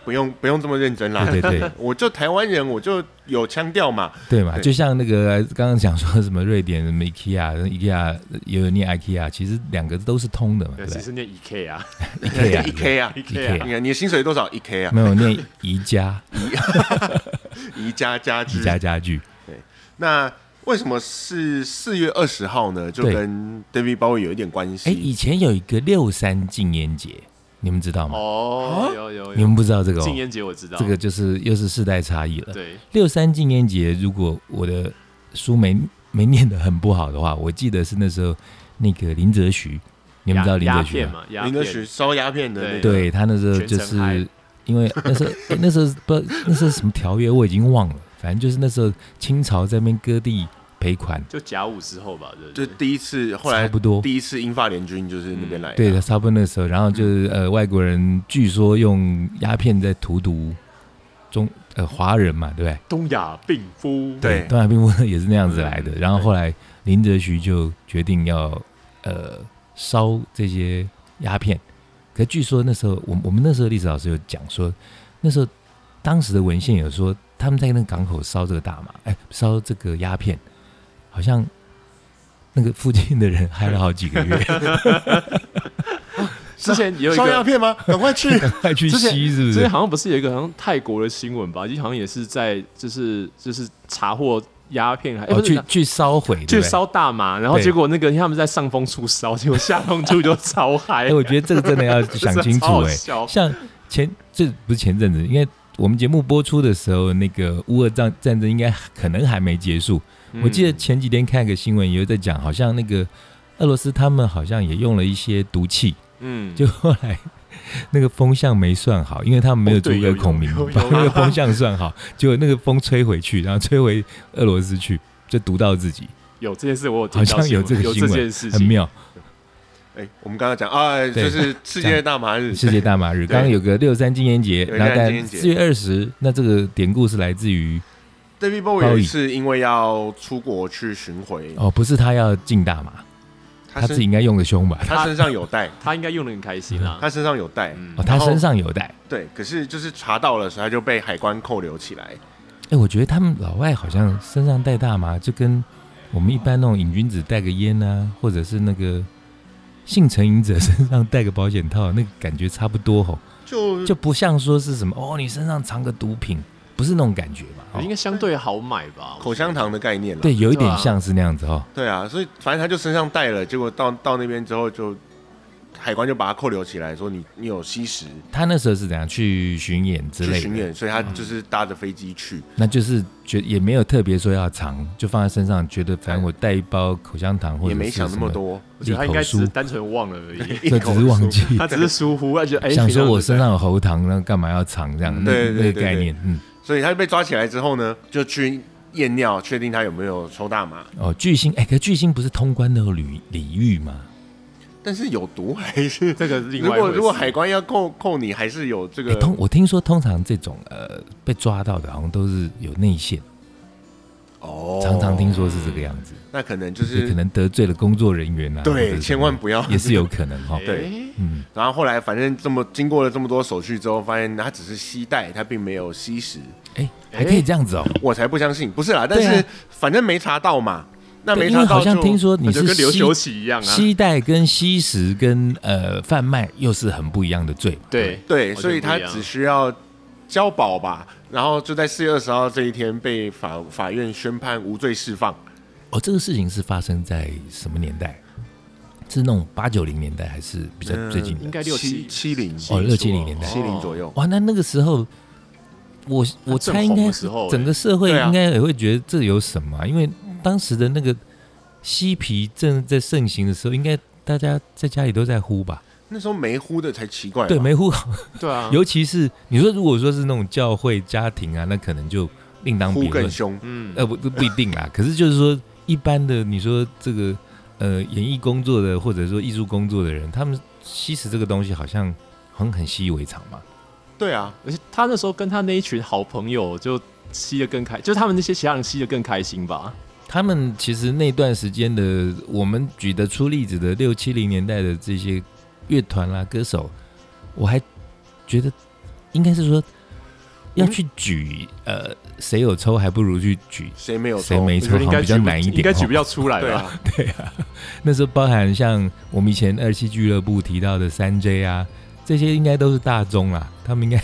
[SPEAKER 1] 不用不用这么认真啦。
[SPEAKER 3] 对 对对
[SPEAKER 1] 我就台湾人，我就有腔调嘛。
[SPEAKER 3] 对嘛？
[SPEAKER 1] 对
[SPEAKER 3] 就像那个呃刚刚讲说什么瑞典什么 IKEA、IKEA 也有念 IKEA，其实两个都是通的嘛，
[SPEAKER 2] 对，
[SPEAKER 3] 对不
[SPEAKER 2] 其
[SPEAKER 3] 对
[SPEAKER 2] 实念 EK 啊，
[SPEAKER 3] ？IKEA
[SPEAKER 1] 一 k 啊，
[SPEAKER 3] IKEA
[SPEAKER 1] 你看你的薪水多少？一 k 啊，
[SPEAKER 3] 没有念宜家
[SPEAKER 1] 宜家家
[SPEAKER 3] 宜
[SPEAKER 1] 居。
[SPEAKER 3] 家家具，
[SPEAKER 1] 那为什么是四月二十号呢？就
[SPEAKER 3] 对
[SPEAKER 1] 跟 David Bowie 有一点关
[SPEAKER 3] 哎，
[SPEAKER 1] 系。
[SPEAKER 3] 以前有一个六三禁烟节，你们知道吗？
[SPEAKER 2] 哦，有有
[SPEAKER 3] 你
[SPEAKER 2] 有，
[SPEAKER 3] 们不知道这个哦
[SPEAKER 2] 禁，烟节我知道，
[SPEAKER 3] 这个就是又是世代差异了。
[SPEAKER 2] 对，
[SPEAKER 3] 六三禁烟节，如果我的书没没念得很不好的话，我记得是那时候那个林则徐，你们知道林则
[SPEAKER 2] 鸦
[SPEAKER 3] 徐
[SPEAKER 2] 片
[SPEAKER 3] 吗？
[SPEAKER 2] 嘛，鸦
[SPEAKER 1] 林德许
[SPEAKER 2] 片，
[SPEAKER 1] 烧鸦片的那个，
[SPEAKER 3] 对他那时候就
[SPEAKER 2] 全程
[SPEAKER 3] 是
[SPEAKER 2] 嗨
[SPEAKER 3] 因为那时候、诶那时候不那时候什么条约我已经忘了，反正就是那时候清朝在那边割地赔款，
[SPEAKER 2] 就甲午之后吧，对
[SPEAKER 1] 就
[SPEAKER 2] 不对？
[SPEAKER 1] 第一次，后
[SPEAKER 3] 差
[SPEAKER 1] 来
[SPEAKER 3] 不多。
[SPEAKER 1] 第一次英法联军就是那边来的。
[SPEAKER 3] 哦嗯对，差不多那时候，然后就是呃，外国人据说用鸦片在荼毒中呃华人嘛，对不对？
[SPEAKER 2] 东亚病夫，
[SPEAKER 1] 对
[SPEAKER 3] 东亚病夫也是那样子来
[SPEAKER 2] 嗯
[SPEAKER 3] 的。然后后来林则徐就决定要呃烧这些鸦片，可据说那时候我我们那时候历史老师有讲说，那时候当时的文献有说他们在那个港口烧这个大麻，哎，烧这个鸦片，好像那个附近的人嗨了好几个 月，
[SPEAKER 2] 之前有一
[SPEAKER 1] 烧鸦
[SPEAKER 2] 个。
[SPEAKER 1] 片 吗？赶快去！
[SPEAKER 3] 快去吸是哦
[SPEAKER 2] 之
[SPEAKER 3] 不是
[SPEAKER 2] 前？好像不是有一个好像泰国的新闻吧？就好像也是在就是就是查获鸦片还、哎
[SPEAKER 3] 哦，
[SPEAKER 2] 不是
[SPEAKER 3] 去去烧毁，对
[SPEAKER 2] 去
[SPEAKER 3] 不对
[SPEAKER 2] 烧大麻，然后
[SPEAKER 3] 对
[SPEAKER 2] 结果那个他们在上风处烧，结果下风处就 超嗨
[SPEAKER 3] 哎、，我觉得这个真的要想清 楚
[SPEAKER 2] 超好
[SPEAKER 3] 哎、
[SPEAKER 2] 笑
[SPEAKER 3] 像前这不是前阵子，因为我们节目播出的时候，那个乌俄战战争应该可能还没结束。
[SPEAKER 2] 嗯
[SPEAKER 3] 我记得前几天看个新闻，也有在讲，好像那个俄罗斯他们好像也用了一些毒气，
[SPEAKER 2] 嗯，
[SPEAKER 3] 就后来那个风向没算好，因为他们没有
[SPEAKER 2] 哦
[SPEAKER 3] 诸
[SPEAKER 2] 对
[SPEAKER 3] 葛
[SPEAKER 2] 有
[SPEAKER 3] 孔
[SPEAKER 2] 有
[SPEAKER 3] 明
[SPEAKER 2] 有
[SPEAKER 3] 把
[SPEAKER 2] 有
[SPEAKER 3] 那个风向算好，结果那个风吹回去，然后吹回俄罗斯去，就毒到自己，
[SPEAKER 2] 有这件事，我有听
[SPEAKER 3] 好
[SPEAKER 2] 到
[SPEAKER 3] 像
[SPEAKER 2] 新
[SPEAKER 3] 有
[SPEAKER 2] 闻
[SPEAKER 3] 这个
[SPEAKER 2] 有
[SPEAKER 3] 新
[SPEAKER 2] 这
[SPEAKER 3] 闻
[SPEAKER 2] 件事，
[SPEAKER 3] 很
[SPEAKER 2] 情，
[SPEAKER 3] 妙。
[SPEAKER 1] 哎、我们刚刚讲啊，
[SPEAKER 3] 对
[SPEAKER 1] 就是世界大麻日，
[SPEAKER 3] 世界大马
[SPEAKER 1] 对
[SPEAKER 3] 日，刚刚有个六三纪念节，
[SPEAKER 1] 对
[SPEAKER 3] 然后
[SPEAKER 1] 63纪念
[SPEAKER 3] 但
[SPEAKER 1] 节
[SPEAKER 3] 四月二十，那这个典故是来自于
[SPEAKER 1] David Bowie 有一次因为要出国去巡回，
[SPEAKER 3] 哦，不是他要进大马，
[SPEAKER 1] 他
[SPEAKER 3] 他自
[SPEAKER 1] 身
[SPEAKER 3] 己应该用的凶吧？
[SPEAKER 1] 他身上有 带，
[SPEAKER 2] 他应该用的很开心啦。
[SPEAKER 1] 他身上有带，
[SPEAKER 2] 嗯
[SPEAKER 3] 哦，，
[SPEAKER 1] 然
[SPEAKER 3] 他
[SPEAKER 1] 后
[SPEAKER 3] 身上有带。
[SPEAKER 1] 对，可是就是查到了，所以他就被海关扣留起来。
[SPEAKER 3] 哎、我觉得他们老外好像身上带大麻，就跟我们一般那种瘾君子带个烟啊，或者是那个性成瘾者身上带个保险套，那个感觉差不多吼，
[SPEAKER 1] 就
[SPEAKER 3] 就不像说是什么哦，你身上藏个毒品，不是那种感觉吧？哦
[SPEAKER 2] 应该相对好买吧？
[SPEAKER 3] 嗯
[SPEAKER 1] 口香糖的概念了，
[SPEAKER 3] 对，有一点
[SPEAKER 2] 对啊
[SPEAKER 3] 像是那样子哦。
[SPEAKER 1] 对啊，所以反正他就身上带了，结果到到那边之后就海关就把他扣留起来，说你你有吸食
[SPEAKER 3] 他那时候是怎样去巡演之
[SPEAKER 1] 去
[SPEAKER 3] 类
[SPEAKER 1] 巡
[SPEAKER 3] 的，嗯
[SPEAKER 1] 演，所以他就是搭着飞机去，
[SPEAKER 3] 那就是觉也没有特别说要藏，就放在身上，觉得反正我带一包口香糖或者
[SPEAKER 1] 也没
[SPEAKER 3] 是
[SPEAKER 1] 想那
[SPEAKER 3] 什
[SPEAKER 1] 么，多，
[SPEAKER 2] 我觉得他应该只
[SPEAKER 3] 一
[SPEAKER 2] 是
[SPEAKER 3] 口酥
[SPEAKER 2] 单纯忘了而已，
[SPEAKER 3] 这只是忘记。
[SPEAKER 2] 他只是疏忽，他觉得哎，
[SPEAKER 3] 想说我
[SPEAKER 2] 平常
[SPEAKER 3] 身上有喉糖，那干嘛要藏这样？那
[SPEAKER 1] 对对
[SPEAKER 3] 那个
[SPEAKER 1] 对
[SPEAKER 3] 概
[SPEAKER 1] 对
[SPEAKER 3] 念，嗯，
[SPEAKER 1] 所以他被抓起来之后呢，就去验尿，确定他有没有抽大麻，
[SPEAKER 3] 哦，巨星，哎、可巨星不是通关的领领域吗？
[SPEAKER 1] 但是有毒还是
[SPEAKER 2] 这个是另
[SPEAKER 1] 如
[SPEAKER 2] 外一回
[SPEAKER 1] 果
[SPEAKER 2] 事。
[SPEAKER 1] 如果海关要扣扣你，还是有这
[SPEAKER 3] 哎、
[SPEAKER 1] 个
[SPEAKER 3] 通我听说通常这种呃被抓到的，好像都是有内线，
[SPEAKER 1] 哦
[SPEAKER 3] 常常听说是这个样子，
[SPEAKER 1] 那可能就
[SPEAKER 3] 也可
[SPEAKER 1] 是
[SPEAKER 3] 能得罪了工作人员啊，或者是什
[SPEAKER 1] 对，
[SPEAKER 3] 么
[SPEAKER 1] 千万不要。
[SPEAKER 3] 也是有可能哈
[SPEAKER 2] 哎，
[SPEAKER 1] 对
[SPEAKER 3] 嗯，
[SPEAKER 1] 然后后来反正这么经过了这么多手续之后，发现他只是吸带，他并没有吸食，
[SPEAKER 3] 哎、还可以这样子哦、
[SPEAKER 1] 我才不相信，不是啦，但
[SPEAKER 3] 对啊
[SPEAKER 1] 是反正没查到嘛，那
[SPEAKER 3] 对
[SPEAKER 1] 没
[SPEAKER 3] 因为
[SPEAKER 1] 查到
[SPEAKER 3] 好像
[SPEAKER 1] 就
[SPEAKER 3] 听说你
[SPEAKER 2] 那就是跟刘
[SPEAKER 3] 吸
[SPEAKER 2] 修齐一样啊，
[SPEAKER 3] 吸带跟吸食跟呃贩卖又是很不一样的罪嘛，
[SPEAKER 2] 对
[SPEAKER 1] 对，
[SPEAKER 2] 完全
[SPEAKER 1] 所以
[SPEAKER 2] 不一
[SPEAKER 1] 他
[SPEAKER 2] 样
[SPEAKER 1] 只需要交保吧，然后就在四月二十号这一天被法法院宣判无罪释放，
[SPEAKER 3] 哦，这个事情是发生在什么年代？是那种八九零年代，还是比较
[SPEAKER 2] 嗯
[SPEAKER 3] 最近的？
[SPEAKER 2] 应该六
[SPEAKER 1] 七七零
[SPEAKER 2] 七
[SPEAKER 3] 哦，
[SPEAKER 2] 零
[SPEAKER 3] 六
[SPEAKER 2] 左
[SPEAKER 3] 七
[SPEAKER 2] 右哦
[SPEAKER 3] 零年代。
[SPEAKER 1] 七零左右，
[SPEAKER 3] 哇，那那个时候，我我
[SPEAKER 2] 正
[SPEAKER 3] 猜应
[SPEAKER 2] 红
[SPEAKER 3] 该
[SPEAKER 2] 的
[SPEAKER 3] 是
[SPEAKER 2] 时候欸
[SPEAKER 3] 整个社会
[SPEAKER 1] 对啊
[SPEAKER 3] 应该也会觉得这有什么啊、因为当时的那个嬉皮正在盛行的时候，应该大家在家里都在呼吧？
[SPEAKER 1] 那时候没呼的才奇怪吧，
[SPEAKER 3] 对，没呼好，
[SPEAKER 2] 对啊，
[SPEAKER 3] 尤其是你说如果说是那种教会家庭啊，那可能就另当
[SPEAKER 1] 呼
[SPEAKER 3] 别
[SPEAKER 1] 更
[SPEAKER 3] 论。
[SPEAKER 1] 凶，
[SPEAKER 2] 嗯
[SPEAKER 3] 呃，不不不一定啦。可是就是说，一般的你说这个呃，演艺工作的或者说艺术工作的人，他们吸食这个东西好像很很习以为常嘛。
[SPEAKER 1] 对啊，
[SPEAKER 2] 而且他那时候跟他那一群好朋友就吸的更开，就是他们那些其他人吸的更开心吧。
[SPEAKER 3] 他们其实那段时间的，我们举得出例子的六七零年代的这些乐团啦、歌手，我还觉得应该是说要
[SPEAKER 2] 嗯
[SPEAKER 3] 去举呃谁有抽，还不如去举
[SPEAKER 1] 谁没有抽
[SPEAKER 3] 谁没
[SPEAKER 2] 我
[SPEAKER 3] 抽，
[SPEAKER 2] 觉得
[SPEAKER 3] 好
[SPEAKER 2] 应
[SPEAKER 3] 像
[SPEAKER 2] 该
[SPEAKER 3] 比较
[SPEAKER 2] 举不
[SPEAKER 3] 难一点哦。
[SPEAKER 2] 应该举不较出来
[SPEAKER 1] 对
[SPEAKER 2] 吧？
[SPEAKER 1] 啊，
[SPEAKER 3] 对啊，那时候包含像我们以前二期俱乐部提到的三 J 啊，这些应该都是大宗啦，他们应 该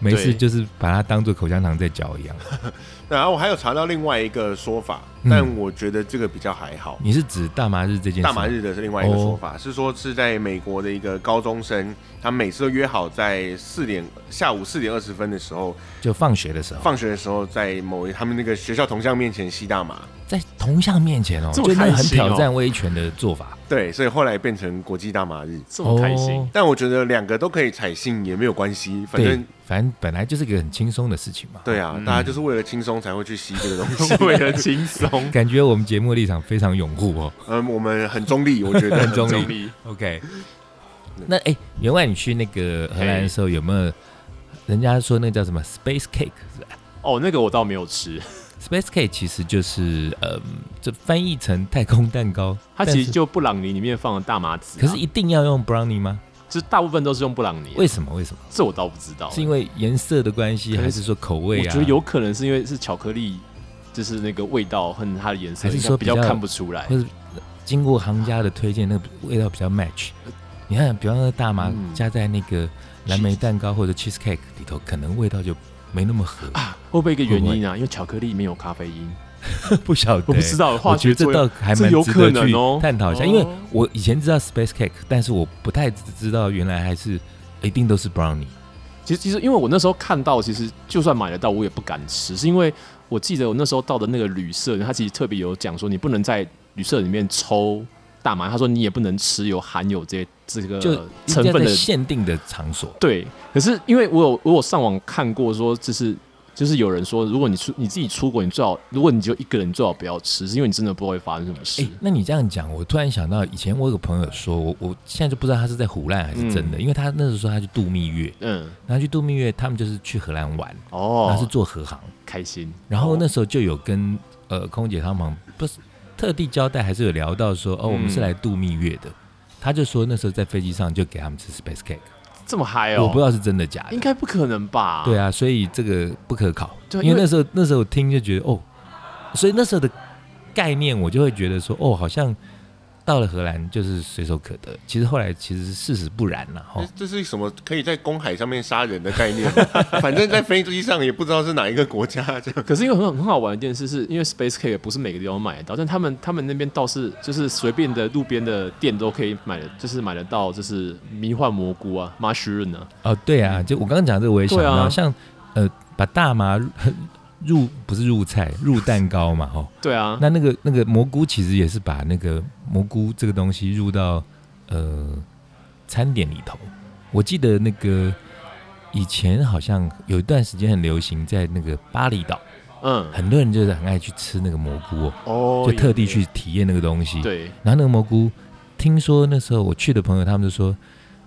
[SPEAKER 3] 没事
[SPEAKER 2] 对
[SPEAKER 3] 就是把它当做口香糖在嚼一样。
[SPEAKER 1] 啊然后我还有查到另外一个说法，
[SPEAKER 3] 嗯
[SPEAKER 1] 但我觉得这个比较还好。
[SPEAKER 3] 你是指大麻日这件事？
[SPEAKER 1] 大麻日的是另外一个说
[SPEAKER 3] 哦
[SPEAKER 1] 法，是说是在美国的一个高中生，他每次都约好在四点下午四点二十分的时候，
[SPEAKER 3] 就放学的时候，
[SPEAKER 1] 放学的时候，在某一他们那个学校铜像面前吸大麻。
[SPEAKER 3] 在铜像面前哦，
[SPEAKER 2] 这么
[SPEAKER 3] 就那
[SPEAKER 2] 开
[SPEAKER 3] 很
[SPEAKER 2] 心哦
[SPEAKER 3] 挑战威权的做法。
[SPEAKER 1] 对，所以后来变成国际大麻日。
[SPEAKER 2] 这么开心，
[SPEAKER 3] 哦
[SPEAKER 1] 但我觉得两个都可以采信也没有关系，反
[SPEAKER 3] 对
[SPEAKER 1] 正，
[SPEAKER 3] 反正本来就是个很轻松的事情嘛。，
[SPEAKER 1] 对啊，
[SPEAKER 2] 嗯
[SPEAKER 1] 大家就是为了轻松才会去吸这个东西。
[SPEAKER 2] 为了轻松
[SPEAKER 3] 感觉我们节目立场非常拥护哦。
[SPEAKER 1] 嗯，我们很中立，我觉得
[SPEAKER 3] 很中立
[SPEAKER 2] 中立
[SPEAKER 3] OK，那哎，员外，你去那个荷兰的时候有没有？人家说那个叫什么 space cake 是吧？
[SPEAKER 2] 哦，那个我倒没有吃，
[SPEAKER 3] Space Cake 其实就是呃，这翻译成太空蛋糕，
[SPEAKER 2] 它其实
[SPEAKER 3] 但
[SPEAKER 2] 就布朗尼里面放了大麻籽、
[SPEAKER 3] 是可是一定要用 brownie 吗？
[SPEAKER 2] 就是大部分都是用布朗尼，啊
[SPEAKER 3] 为什么？为什么？
[SPEAKER 2] 这我倒不知道。
[SPEAKER 3] 是因为颜色的关系，
[SPEAKER 2] 哦可能
[SPEAKER 3] 还是说口味
[SPEAKER 2] 我
[SPEAKER 3] 啊？
[SPEAKER 2] 觉得有，可能是因为是巧克力，就是那个味道和它的颜色，
[SPEAKER 3] 还是说
[SPEAKER 2] 比较
[SPEAKER 3] 比较
[SPEAKER 2] 看不出来
[SPEAKER 3] 或。者经过行家的推荐，那个味道比较 match。你看，比方说大麻
[SPEAKER 2] 嗯
[SPEAKER 3] 加在那个蓝莓蛋糕或者 cheese cake 里头，可能味道就没那么合，
[SPEAKER 2] 会不会一个原因啊？因为巧克力里面有咖啡因，
[SPEAKER 3] 不晓得。
[SPEAKER 2] 我不知道
[SPEAKER 3] 我
[SPEAKER 2] 化学
[SPEAKER 3] 觉得这
[SPEAKER 2] 作
[SPEAKER 3] 倒
[SPEAKER 2] 用。
[SPEAKER 3] 还
[SPEAKER 2] 这
[SPEAKER 3] 蛮
[SPEAKER 2] 有
[SPEAKER 3] 值得
[SPEAKER 2] 可能
[SPEAKER 3] 去
[SPEAKER 2] 哦
[SPEAKER 3] 探讨一下，
[SPEAKER 2] 哦
[SPEAKER 3] 因为我以前知道 space cake，但是我不太知道原来还是一定都是 brownie。
[SPEAKER 2] 其实其实因为我那时候看到，其实就算买得到，我也不敢吃，是因为我记得我那时候到的那个旅社，它其实特别有讲说，你不能在旅社里面抽大麻，他说你也不能持有含有这些这个
[SPEAKER 3] 就
[SPEAKER 2] 呃成
[SPEAKER 3] 一
[SPEAKER 2] 分
[SPEAKER 3] 定要
[SPEAKER 2] 的
[SPEAKER 3] 在限定的场所，
[SPEAKER 2] 对，可是因为我有我有上网看过说，就是就是有人说，如果你出你自己出国，你最好如果你就一个人，最好不要吃，是因为你真的不会发生什么事。
[SPEAKER 3] 哎、那你这样讲，我突然想到，以前我有个朋友说，我我现在就不知道他是在胡乱还是真的，因为他那时候他去度蜜月，
[SPEAKER 2] 嗯，
[SPEAKER 3] 然后去度蜜月，他们就是去荷兰玩，他是
[SPEAKER 2] 哦，
[SPEAKER 3] 坐和航，
[SPEAKER 2] 开心。
[SPEAKER 3] 然后那时候就有跟呃空姐他们不是特地交代，还是有聊到说，哦，我们
[SPEAKER 2] 嗯
[SPEAKER 3] 是来度蜜月的。他就说那时候在飞机上就给他们吃 space cake，、
[SPEAKER 2] 哦这么嗨哦？
[SPEAKER 3] 我不知道是真的假的，
[SPEAKER 2] 应该不可能吧？
[SPEAKER 3] 对啊，所以这个不可考。
[SPEAKER 2] 对
[SPEAKER 3] 因
[SPEAKER 2] 因
[SPEAKER 3] 为
[SPEAKER 2] 为
[SPEAKER 3] 那时候那时候听就觉得哦，所以那时候的概念我就会觉得说哦，好像到了荷兰就是随手可得。其实后来其实事实不然了哈
[SPEAKER 2] 嗯
[SPEAKER 1] 这。这是什么可以在公海上面杀人的概念吗？ 反正，在飞机上也不知道是哪一个国家这样。
[SPEAKER 2] 可是因为很很好玩的一件事，是因为 Space Cake 不是每个地方买得到，但他们他们那边倒是就是随便的路边的店都可以买的，就是买得到，就是迷幻蘑菇啊、马须润啊，
[SPEAKER 3] 哦，对啊，就我刚刚讲这个我也想
[SPEAKER 2] 对啊
[SPEAKER 3] 到，像呃把大麻入入不是入菜入蛋糕嘛哈，
[SPEAKER 2] 对啊，
[SPEAKER 3] 那那个那个蘑菇其实也是把那个蘑菇这个东西入到呃餐点里头。我记得那个以前好像有一段时间很流行，在那个巴厘岛，
[SPEAKER 2] 嗯，
[SPEAKER 3] 很多人就是很爱去吃那个蘑菇、哦，
[SPEAKER 2] 哦
[SPEAKER 3] 就特地去体验那个东西。，
[SPEAKER 2] 对，
[SPEAKER 3] 然后那个蘑菇，听说那时候我去的朋友他们就说，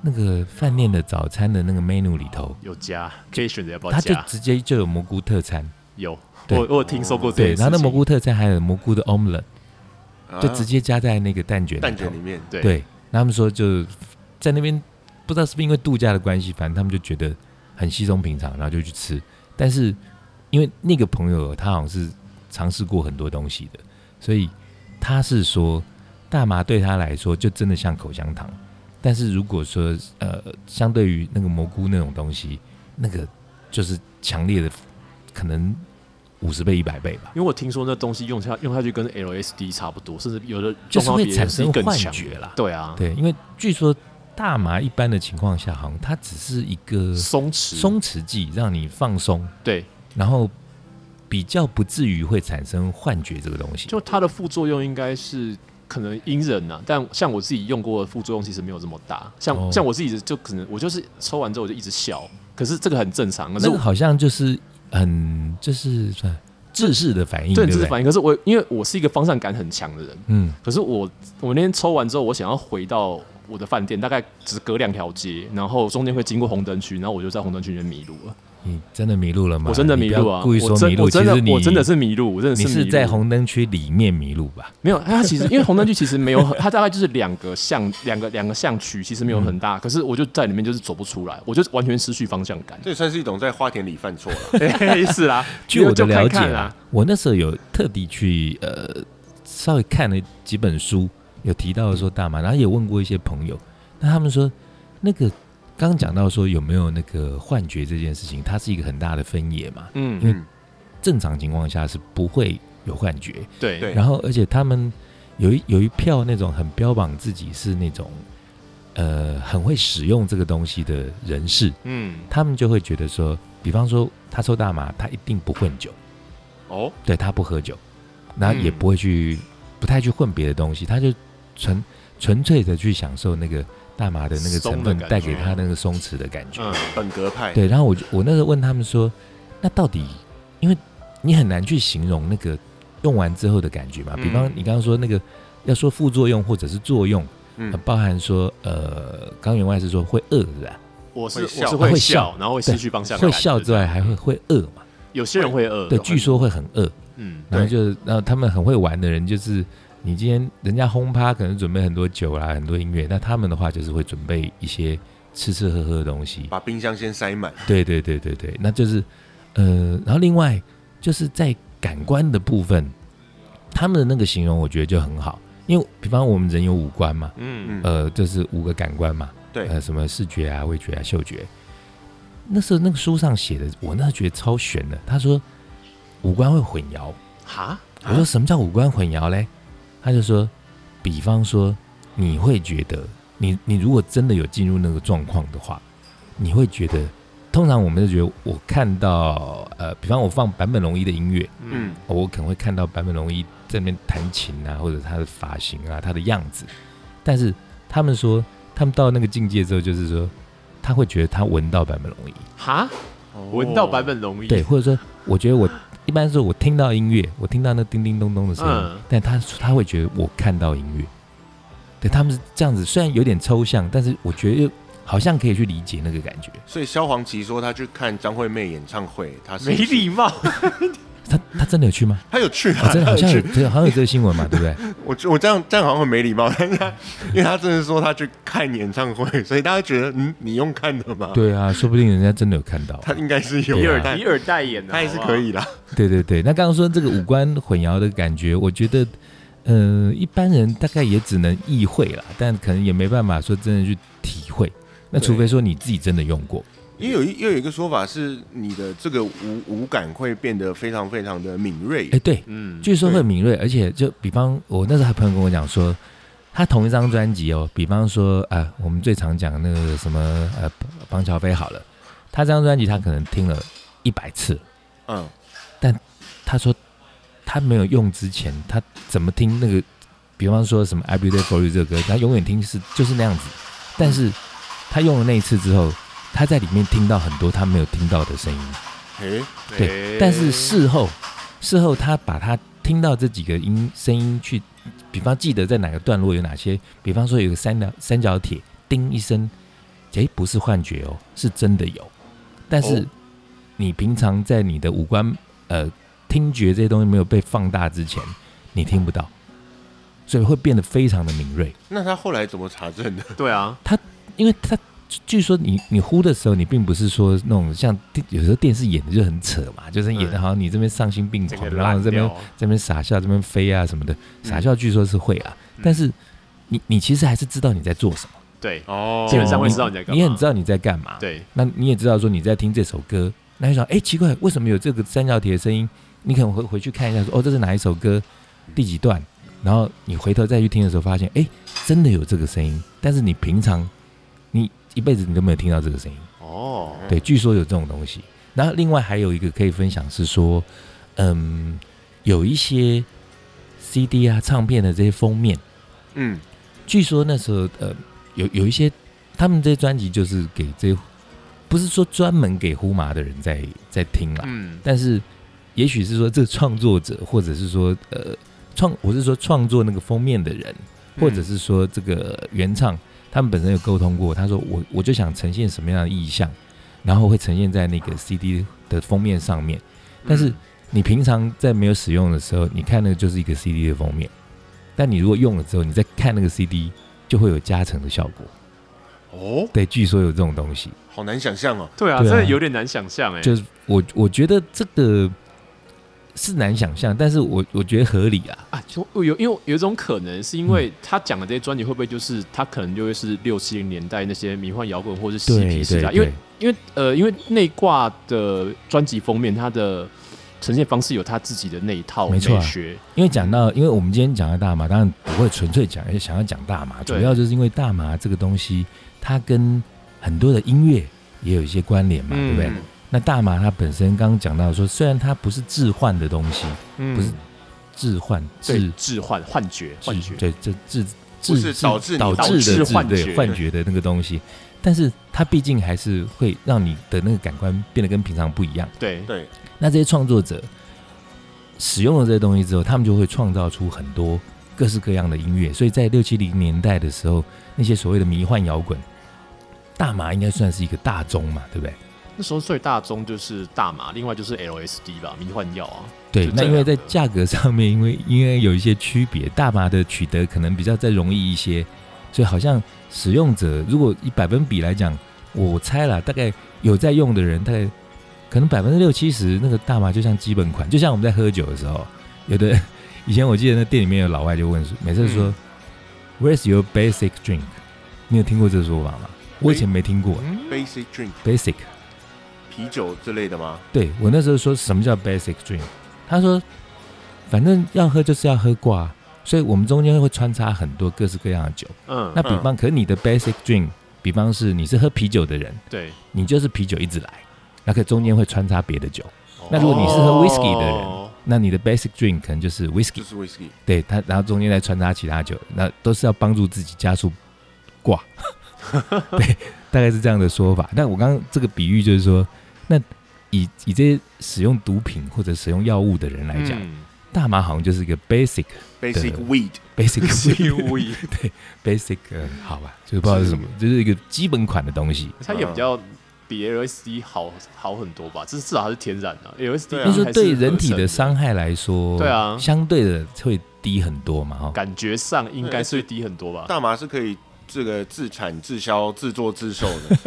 [SPEAKER 3] 那个饭店的早餐的那个 menu 里头，
[SPEAKER 2] 有加可以选择要不要
[SPEAKER 3] 他就
[SPEAKER 2] 加，
[SPEAKER 3] 直接就有蘑菇特餐。
[SPEAKER 2] 有
[SPEAKER 3] 对
[SPEAKER 2] 我我有听说过这
[SPEAKER 3] 对，
[SPEAKER 2] 件事
[SPEAKER 3] 然后那
[SPEAKER 2] 情
[SPEAKER 3] 蘑菇特餐还有蘑菇的 omelette，就直
[SPEAKER 1] 啊
[SPEAKER 3] 接加在那个蛋卷里头。
[SPEAKER 1] 蛋卷里面，。
[SPEAKER 2] 对
[SPEAKER 3] 对，那他们说就在那边，不知道是不是因为度假的关系，反正他们就觉得很稀松平常，然后就去吃。但是因为那个朋友他好像是尝试过很多东西的，所以他是说大麻对他来说就真的像口香糖。但是如果说呃，相对于那个蘑菇那种东西，那个就是强烈的，可能五十倍、一百倍吧，
[SPEAKER 2] 因为我听说那东西用下用下去跟 LSD 差不多，甚至有的
[SPEAKER 3] 就
[SPEAKER 2] 状
[SPEAKER 3] 是
[SPEAKER 2] 况
[SPEAKER 3] 会
[SPEAKER 2] 比
[SPEAKER 3] 产生
[SPEAKER 2] LSD 更
[SPEAKER 3] 幻
[SPEAKER 2] 强
[SPEAKER 3] 觉啦。
[SPEAKER 2] 对啊，
[SPEAKER 3] 对，因为据说大麻一般的情况下，好像它只是一个
[SPEAKER 2] 松弛
[SPEAKER 3] 松弛剂，让你放松，
[SPEAKER 2] 对，
[SPEAKER 3] 然后比较不至于会产生幻觉这个东西。
[SPEAKER 2] 就它的副作用应该是可能因人呐、但像我自己用过的副作用其实没有这么大，像、
[SPEAKER 3] 哦
[SPEAKER 2] 像我自己就可能我就是抽完之后我就一直笑，可是这个很正常，可是
[SPEAKER 3] 那
[SPEAKER 2] 我
[SPEAKER 3] 个好像就是很就是算制式的反应，
[SPEAKER 2] 对
[SPEAKER 3] 不
[SPEAKER 2] 这是
[SPEAKER 3] 对？
[SPEAKER 2] 反应，可是我因为我是一个方向感很强的人，
[SPEAKER 3] 嗯，
[SPEAKER 2] 可是我我那天抽完之后，我想要回到。我的饭店大概只隔两条街，然后中间会经过红灯区，然后我就在红灯区里面迷路了。
[SPEAKER 3] 你真的迷路了吗？
[SPEAKER 2] 我真的迷
[SPEAKER 3] 你
[SPEAKER 2] 路
[SPEAKER 3] 不
[SPEAKER 2] 啊！
[SPEAKER 3] 要故意说
[SPEAKER 2] 我真
[SPEAKER 3] 迷路，
[SPEAKER 2] 我真
[SPEAKER 3] 其实
[SPEAKER 2] 的
[SPEAKER 3] 你
[SPEAKER 2] 我真的是迷路，我真的
[SPEAKER 3] 你
[SPEAKER 2] 迷路
[SPEAKER 3] 是在红灯区里面迷路吧？
[SPEAKER 2] 没有，它其实因为红灯区其实没有很，它大概就是两个巷、两个两个巷区，其实没有很
[SPEAKER 3] 嗯
[SPEAKER 2] 大。可是我就在里面就是走不出来，我就完全失去方向 感
[SPEAKER 1] 这也算是一种在花田里犯错了。
[SPEAKER 2] 嘿是啦，
[SPEAKER 3] 据我的
[SPEAKER 2] 就看
[SPEAKER 3] 了解
[SPEAKER 2] 看
[SPEAKER 3] 啊，，我那时候有特地去呃稍微看了几本书，有提到说大麻，然后也问过一些朋友，那他们说那个刚刚讲到说有没有那个幻觉这件事情，它是一个很大的分野嘛，
[SPEAKER 2] 嗯，
[SPEAKER 3] 嗯
[SPEAKER 1] 嗯，
[SPEAKER 3] 正常情况下是不会有幻觉，
[SPEAKER 2] 对
[SPEAKER 1] 对
[SPEAKER 3] 然后而且他们有一有一票那种很标榜自己是那种呃很会使用这个东西的人士，
[SPEAKER 2] 嗯，
[SPEAKER 3] 他们就会觉得说，比方说他抽大麻，他一定不混酒。
[SPEAKER 2] 哦，
[SPEAKER 3] 对他不喝酒，那也不会去、不太去混别的东西，他就纯纯粹的去享受那个大麻的那个成
[SPEAKER 2] 松的
[SPEAKER 3] 分
[SPEAKER 2] 感觉
[SPEAKER 3] 带给他那个松弛的感觉。
[SPEAKER 2] 嗯，
[SPEAKER 1] 本格派，
[SPEAKER 3] 对，然后我就我那时候问他们说，那到底因为你很难去形容那个用完之后的感觉嘛？
[SPEAKER 2] 嗯
[SPEAKER 3] 比方你刚刚说那个要说副作用或者是作用，
[SPEAKER 1] 嗯
[SPEAKER 3] 呃，包含说呃，刚员外是说会饿是吧？
[SPEAKER 2] 我是
[SPEAKER 1] 会
[SPEAKER 2] 我
[SPEAKER 1] 笑
[SPEAKER 2] 是会
[SPEAKER 3] 会
[SPEAKER 2] 笑
[SPEAKER 3] 笑，
[SPEAKER 2] 然后会失去方向感，
[SPEAKER 3] 会笑之
[SPEAKER 2] 对
[SPEAKER 3] 外还会会饿嘛？
[SPEAKER 2] 有些人会饿，
[SPEAKER 3] 对，据说会很饿。
[SPEAKER 2] 嗯，
[SPEAKER 3] 然后就，然后他们很会玩的人，就是你今天人家轰趴可能准备很多酒啊啦，很多音乐，那他们的话就是会准备一些吃吃喝喝的东西。
[SPEAKER 1] 把冰箱先塞满。
[SPEAKER 3] 对对对对对，那就是呃，然后另外就是在感官的部分，他们的那个形容我觉得就很好，因为比方我们人有五官嘛，
[SPEAKER 1] 嗯，
[SPEAKER 2] 嗯
[SPEAKER 3] 呃，就是五个感官嘛，
[SPEAKER 1] 对
[SPEAKER 3] 呃，什么视觉啊、味觉啊、嗅觉。那时候那个书上写的，我那时候觉得超悬的。他说五官会混淆，
[SPEAKER 2] 哈，
[SPEAKER 3] 我说什么叫五官混淆嘞？他就说，比方说，你会觉得，你你如果真的有进入那个状况的话，你会觉得，通常我们就觉得，我看到呃，比方我放坂本龙一的音乐，
[SPEAKER 1] 嗯
[SPEAKER 2] 嗯，
[SPEAKER 3] 我可能会看到坂本龙一在那边弹琴啊，或者他的发型啊，他的样子，但是他们说，他们到那个境界之后，就是说他会觉得他闻到版本龙一，
[SPEAKER 2] 哈，
[SPEAKER 3] 哦
[SPEAKER 2] 闻到版本容易，
[SPEAKER 3] 对，，或者说我觉得我一般说我听到音乐，我听到那叮叮咚咚的声音，
[SPEAKER 2] 嗯
[SPEAKER 3] 但他他会觉得我看到音乐，对他们是这样子，虽然有点抽象，但是我觉得好像可以去理解那个感觉。
[SPEAKER 1] 所以萧煌奇说他去看张惠妹演唱会，他是
[SPEAKER 2] 没礼貌，
[SPEAKER 3] 他他真的有去吗？
[SPEAKER 1] 他有去
[SPEAKER 3] 啊
[SPEAKER 1] 啊，
[SPEAKER 3] 真
[SPEAKER 1] 他
[SPEAKER 3] 的好
[SPEAKER 1] 有
[SPEAKER 3] 像有，
[SPEAKER 1] 去。
[SPEAKER 3] 真的好像有这个新闻嘛，对不对？
[SPEAKER 1] 我我这样这样好像很没礼貌， 但是他因为他真的说他去看演唱会，所以大家觉得嗯，你用看的吗？，
[SPEAKER 3] 对啊，说不定人家真的有看到。
[SPEAKER 1] 他应该是有
[SPEAKER 3] 对
[SPEAKER 2] 以
[SPEAKER 3] 啊
[SPEAKER 2] 耳
[SPEAKER 1] 的，
[SPEAKER 2] 以耳代言的，
[SPEAKER 1] 他也是可以啦。
[SPEAKER 3] 对对对，那刚刚说这个五官混淆的感觉，我觉得，呃，一般人大概也只能意会啦，但可能也没办法说真的去体会。那除非说你自己真的用过，
[SPEAKER 1] 也有一又有一个说法是，你的这个五五感会变得非常非常的敏锐
[SPEAKER 3] 哎，。对，
[SPEAKER 2] 嗯，
[SPEAKER 3] 据说会敏锐，而且就比方我那时候还朋友跟我讲说，他同一张专辑哦，比方说啊、我们最常讲那个什么呃，邦乔飞好了，他这张专辑他可能听了一百次了
[SPEAKER 1] 嗯，
[SPEAKER 3] 他说他没有用之前，他怎么听那个，比方说什么《I b e l i e for You》这个歌，他永远听是就是那样子。但是他用了那一次之后，他在里面听到很多他没有听到的声音。
[SPEAKER 1] 诶，
[SPEAKER 3] 对，但是事后，事后他把他听到这几个音声音去，比方记得在哪个段落有哪些，比方说有个三角三角铁叮一声，诶，不是幻觉哦，是真的有。但
[SPEAKER 1] 哦
[SPEAKER 3] 是你平常在你的五官呃听觉这些东西没有被放大之前，你听不到，所以会变得非常的敏锐。
[SPEAKER 1] 那他后来怎么查证的？
[SPEAKER 2] 对啊，
[SPEAKER 3] 因为他据说你你呼的时候，你并不是说那种像电有时候电视演的就很扯嘛，就是演的
[SPEAKER 2] 嗯
[SPEAKER 3] 好像你这边丧心病
[SPEAKER 2] 整
[SPEAKER 3] 狂
[SPEAKER 2] 个，
[SPEAKER 3] 然后
[SPEAKER 2] 烂
[SPEAKER 3] 这边
[SPEAKER 2] 掉，
[SPEAKER 3] 这边傻笑，这边飞啊什么的，傻笑据说是会啊，
[SPEAKER 2] 嗯
[SPEAKER 3] 但是你你其实还是知道你在做什么，
[SPEAKER 2] 对，
[SPEAKER 1] 哦
[SPEAKER 2] 基本上会知道你在干嘛，
[SPEAKER 3] 你很知道啊你在干嘛，，
[SPEAKER 2] 对，
[SPEAKER 3] 那你也知道说你在听这首歌，那就想哎、诶奇怪，为什么有这个三角铁的声音？你可能回回去看一下说哦这是哪一首歌，第几段，然后你回头再去听的时候发现哎、诶真的有这个声音，但是你平常你一辈子你都没有听到这个声音。
[SPEAKER 2] 哦，
[SPEAKER 1] 嗯
[SPEAKER 3] 对，据说有这种东西。然后另外还有一个可以分享是说，嗯，有一些 CD 啊、唱片的这些封面，
[SPEAKER 1] 嗯，
[SPEAKER 3] 据说那时候呃，有有一些他们这些专辑就是给这些，不是说专门给呼麻的人在在听啦，
[SPEAKER 2] 嗯，
[SPEAKER 3] 但是也许是说这个创作者，或者是说呃创，我是说创作那个封面的人，或者是说这个原唱，他们本身有沟通过，他说我我就想呈现什么样的意象，然后会呈现在那个 CD 的封面上面。
[SPEAKER 2] 嗯
[SPEAKER 3] 但是你平常在没有使用的时候，你看那个就是一个 CD 的封面，但你如果用了之后，你再看那个 CD 就会有加成的效果。
[SPEAKER 1] 哦，
[SPEAKER 3] 对，据说有这种东西，
[SPEAKER 1] 好难想象哦。
[SPEAKER 2] 对啊，
[SPEAKER 3] 对啊
[SPEAKER 2] 真的有点难想象哎，
[SPEAKER 3] 就是我我觉得这个是难想象，但是我我觉得合理啊。
[SPEAKER 2] 啊，就有因为有一种可能是因为他讲的这些专辑会不会就是他可能就会是六七零年代那些迷幻摇滚或是嬉皮士啊，因为因为呃因为内挂的专辑封面它的呈现方式有他自己的那一套
[SPEAKER 3] 没
[SPEAKER 2] 美
[SPEAKER 3] 错啊
[SPEAKER 2] 学，
[SPEAKER 3] 因为讲到，因为我们今天讲的大麻，当然不会纯粹讲，而且想要讲大麻，主
[SPEAKER 2] 对
[SPEAKER 3] 要就是因为大麻这个东西，它跟很多的音乐也有一些关联嘛，对不对？
[SPEAKER 2] 嗯
[SPEAKER 3] 那大麻它本身刚刚讲到说，虽然它不是致幻的东西，
[SPEAKER 2] 嗯
[SPEAKER 3] 不是致幻
[SPEAKER 2] 对
[SPEAKER 3] 致
[SPEAKER 2] 置换幻觉幻觉
[SPEAKER 3] 致，对这致
[SPEAKER 1] 不是
[SPEAKER 3] 致
[SPEAKER 1] 导致你
[SPEAKER 3] 导
[SPEAKER 1] 导
[SPEAKER 3] 致
[SPEAKER 2] 致
[SPEAKER 3] 的
[SPEAKER 2] 幻
[SPEAKER 3] 对
[SPEAKER 2] 觉
[SPEAKER 3] 幻觉的那个东西，但是它毕竟还是会让你的那个感官变得跟平常不一样。
[SPEAKER 2] 对
[SPEAKER 1] 对，
[SPEAKER 3] 那这些创作者使用了这些东西之后，他们就会创造出很多各式各样的音乐。所以在六七零年代的时候，那些所谓的迷幻摇滚，大麻应该算是一个大宗嘛，对不对？
[SPEAKER 2] 那时候最大宗就是大麻，另外就是 LSD 吧，迷幻药啊，
[SPEAKER 3] 对
[SPEAKER 2] 就，
[SPEAKER 3] 那
[SPEAKER 2] 这
[SPEAKER 3] 因为
[SPEAKER 2] 样
[SPEAKER 3] 在价格上面，因为因为有一些区别，大麻的取得可能比较再容易一些，所以好像使用者如果以百分比来讲，我猜啦，大概有在用的人，大概可能百分之六七十，那个大麻就像基本款，就像我们在喝酒的时候，有的以前我记得那店里面有老外就问说，每次说、Where's your basic drink？你有听过这说法吗？我以前没听过、
[SPEAKER 1] basic drink
[SPEAKER 3] basic。
[SPEAKER 1] 啤酒之类的吗？
[SPEAKER 3] 对我那时候说什么叫 basic drink，他说反正要喝就是要喝挂，所以我们中间会穿插很多各式各样的酒。
[SPEAKER 2] 嗯
[SPEAKER 3] 那，比方，可是你的 basic drink，比方是你是喝啤酒的人，
[SPEAKER 2] 对。
[SPEAKER 3] 你就是啤酒一直来，那可中间会穿插别的酒。那如果你是喝 whisky 的人
[SPEAKER 2] 哦
[SPEAKER 3] 那你的 basic drink 可能就是 whisky，
[SPEAKER 1] 就是 whisky，
[SPEAKER 3] 对它，然后中间再穿插其他酒，那都是要帮助自己加速挂。 对，大概是这样的说法。但我刚刚这个比喻就是说，那以以这些使用毒品或者使用药物的人来讲，
[SPEAKER 2] 嗯
[SPEAKER 3] 大麻好像就是一个 basic
[SPEAKER 1] basic weed，
[SPEAKER 3] basic
[SPEAKER 2] 无
[SPEAKER 1] 嗯
[SPEAKER 2] 疑，
[SPEAKER 3] 对 basic，、呃、好吧，就是不知道是什么，就是一个基本款的东西。
[SPEAKER 2] 它 也比较比 LSD 好好很多吧，至至少它是天然的、LSD
[SPEAKER 1] 对啊
[SPEAKER 3] 就是
[SPEAKER 2] 还
[SPEAKER 3] 对
[SPEAKER 2] 合
[SPEAKER 3] 人体
[SPEAKER 2] 成
[SPEAKER 3] 的伤害来说，
[SPEAKER 2] 对啊
[SPEAKER 3] 相对的会低很多嘛，哈。
[SPEAKER 2] 感觉上应该是会低很多吧。
[SPEAKER 1] 大麻是可以这个自产自销、自作自受的。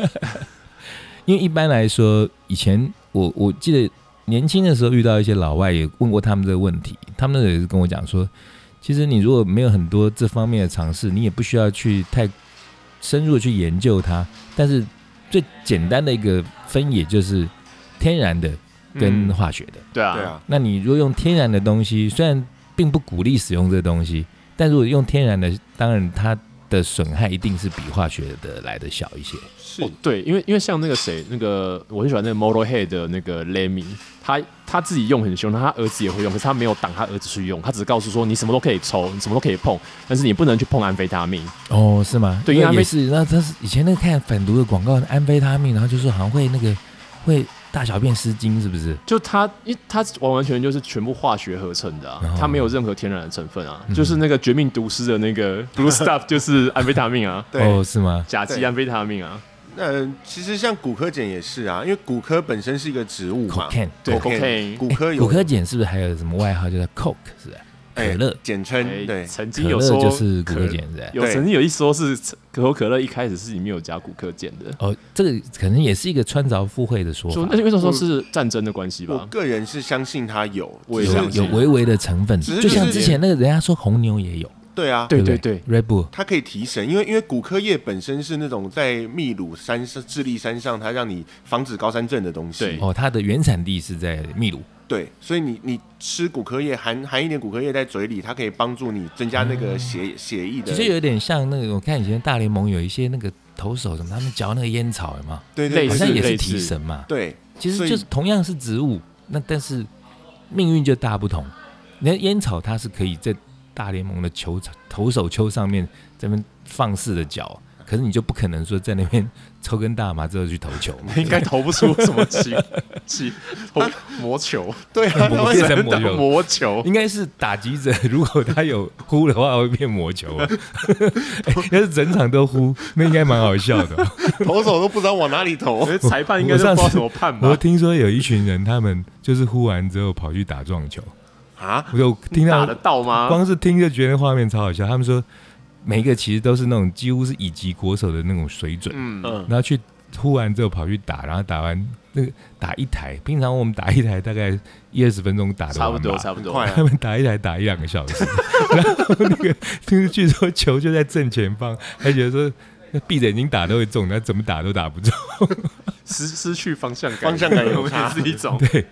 [SPEAKER 3] 因为一般来说，以前我我记得年轻的时候遇到一些老外，也问过他们这个问题，他们也是跟我讲说，其实你如果没有很多这方面的尝试，你也不需要去太深入的去研究它。但是最简单的一个分野就是天然的跟
[SPEAKER 2] 嗯
[SPEAKER 3] 化学的。
[SPEAKER 2] 对啊，
[SPEAKER 1] 对啊，
[SPEAKER 3] 那你如果用天然的东西，虽然并不鼓励使用这个东西，但如果用天然的，当然它的损害一定是比化学的来的小一些。
[SPEAKER 1] 是
[SPEAKER 2] 哦，对，因为因为像那个谁，那个我很喜欢那个 Motorhead 的那个 Lemmy，他他自己用很凶，他儿子也会用，可是他没有挡他儿子去用，他只是告诉说你什么都可以抽，你什么都可以碰，但是你不能去碰安非他命。
[SPEAKER 3] 哦，是吗？
[SPEAKER 2] 对因为
[SPEAKER 3] 那
[SPEAKER 2] 安
[SPEAKER 3] 也
[SPEAKER 2] 非
[SPEAKER 3] 是。那他是以前那个看反毒的广告，安非他命，然后就说好像会那个会大小便失禁，是不是？
[SPEAKER 2] 就他，因为他完完全全就是全部化学合成的啊
[SPEAKER 3] 哦，
[SPEAKER 2] 他没有任何天然的成分
[SPEAKER 1] 嗯
[SPEAKER 2] 啊，就是那个《绝命毒师》的 那个 Blue Stuff 就是安非他命啊，
[SPEAKER 1] 对。
[SPEAKER 3] 哦，是吗？
[SPEAKER 2] 甲基
[SPEAKER 1] 对
[SPEAKER 2] 安非他命啊，
[SPEAKER 1] 那其实像骨科碱也是啊，因为骨科本身是一个植物嘛
[SPEAKER 3] Cocaine 哎
[SPEAKER 1] 对
[SPEAKER 2] Cocaine
[SPEAKER 1] 骨科有
[SPEAKER 3] 骨科碱是不是还有什么外号叫做 Coke？是不是？可乐
[SPEAKER 1] 哎简
[SPEAKER 2] 哎
[SPEAKER 1] 称 对，
[SPEAKER 2] 曾
[SPEAKER 3] 可
[SPEAKER 2] 经有
[SPEAKER 3] 乐
[SPEAKER 2] 说
[SPEAKER 3] 就是骨
[SPEAKER 2] 可
[SPEAKER 3] 科碱，是不是？
[SPEAKER 2] 有
[SPEAKER 1] 对
[SPEAKER 2] 曾经有一说是可口可乐一开始是里面有加骨科碱的，
[SPEAKER 3] 哦，这个可能也是一个穿凿附会的说
[SPEAKER 2] 就
[SPEAKER 3] 法
[SPEAKER 2] 那，因为那时候是战争的关系
[SPEAKER 1] 我
[SPEAKER 2] 吧，
[SPEAKER 1] 个人是相信它有，
[SPEAKER 2] 我也
[SPEAKER 1] 只是
[SPEAKER 3] 有
[SPEAKER 2] 相信
[SPEAKER 3] 有微微的成分，
[SPEAKER 1] 只是
[SPEAKER 3] 就像
[SPEAKER 1] 就是
[SPEAKER 3] 之前那个人家说红牛也有。
[SPEAKER 1] 对啊，
[SPEAKER 2] 对
[SPEAKER 3] 对
[SPEAKER 2] 对
[SPEAKER 3] 不
[SPEAKER 2] 对，
[SPEAKER 3] ，Red Bull
[SPEAKER 1] 它可以提神，因为因为骨科叶本身是那种在秘鲁山上、智利山上，它让你防止高山症的东西。
[SPEAKER 2] 对
[SPEAKER 3] 哦，它的原产地是在秘鲁，
[SPEAKER 1] 对所以你你吃骨科叶，含含一点骨科叶在嘴里，它可以帮助你增加那个血、血液的。
[SPEAKER 3] 嗯其实有点像那个，我看以前大联盟有一些那个投手什么，他们嚼那个烟草，有吗？
[SPEAKER 1] 对对
[SPEAKER 2] 类
[SPEAKER 3] 好
[SPEAKER 1] 对
[SPEAKER 2] 似
[SPEAKER 3] 像
[SPEAKER 1] 对
[SPEAKER 3] 也是
[SPEAKER 2] 类似。
[SPEAKER 3] 提神嘛。
[SPEAKER 1] 对，
[SPEAKER 3] 其
[SPEAKER 1] 所
[SPEAKER 3] 实
[SPEAKER 1] 以
[SPEAKER 3] 就是同样是植物，那但是命运就大不同。那烟草它是可以在大联盟的球场投手丘上面这边放肆的嚼，可是你就不可能说在那边抽根大麻之后去投球嘛
[SPEAKER 2] 应该投不出什么 奇奇投魔球，
[SPEAKER 1] 对啊，
[SPEAKER 3] 不
[SPEAKER 1] 它
[SPEAKER 3] 会
[SPEAKER 1] 会
[SPEAKER 3] 变成魔球
[SPEAKER 2] 魔球，
[SPEAKER 3] 应该是打击者，如果他有呼的话，会变魔球、 啊哎要是整场都呼，那应该蛮好笑 的哦、
[SPEAKER 1] 投手都不知道往哪里 投
[SPEAKER 2] 可。是裁判应该
[SPEAKER 3] 我
[SPEAKER 2] 是不知
[SPEAKER 3] 上
[SPEAKER 2] 道
[SPEAKER 3] 次
[SPEAKER 2] 怎么判
[SPEAKER 3] 我
[SPEAKER 2] 吧？
[SPEAKER 3] 听说有一群人，他们就是呼完之后跑去打撞球，
[SPEAKER 1] 啊，
[SPEAKER 3] 我就听
[SPEAKER 2] 打
[SPEAKER 3] 到
[SPEAKER 2] 得，到吗？
[SPEAKER 3] 光是听就觉得画面超好笑。他们说每一个其实都是那种几乎是以级国手的那种水准，
[SPEAKER 1] 嗯，
[SPEAKER 2] 嗯，
[SPEAKER 3] 然后去呼完之后跑去打，然后打完那个打一台，平常我们打一台大概一二十分钟打得
[SPEAKER 2] 差
[SPEAKER 3] 完
[SPEAKER 2] 不
[SPEAKER 3] 吧
[SPEAKER 2] 多 差不
[SPEAKER 1] 很快
[SPEAKER 2] 多
[SPEAKER 1] 啊，
[SPEAKER 3] 他们打一台打一两个小时， 然后那个就是据说球就在正前方，还觉得说闭着眼睛打都会中，那怎么打都打不中。
[SPEAKER 2] 失失去方向感，
[SPEAKER 1] 方向感有
[SPEAKER 2] 我们
[SPEAKER 1] 差
[SPEAKER 2] 也是一种。
[SPEAKER 3] 对，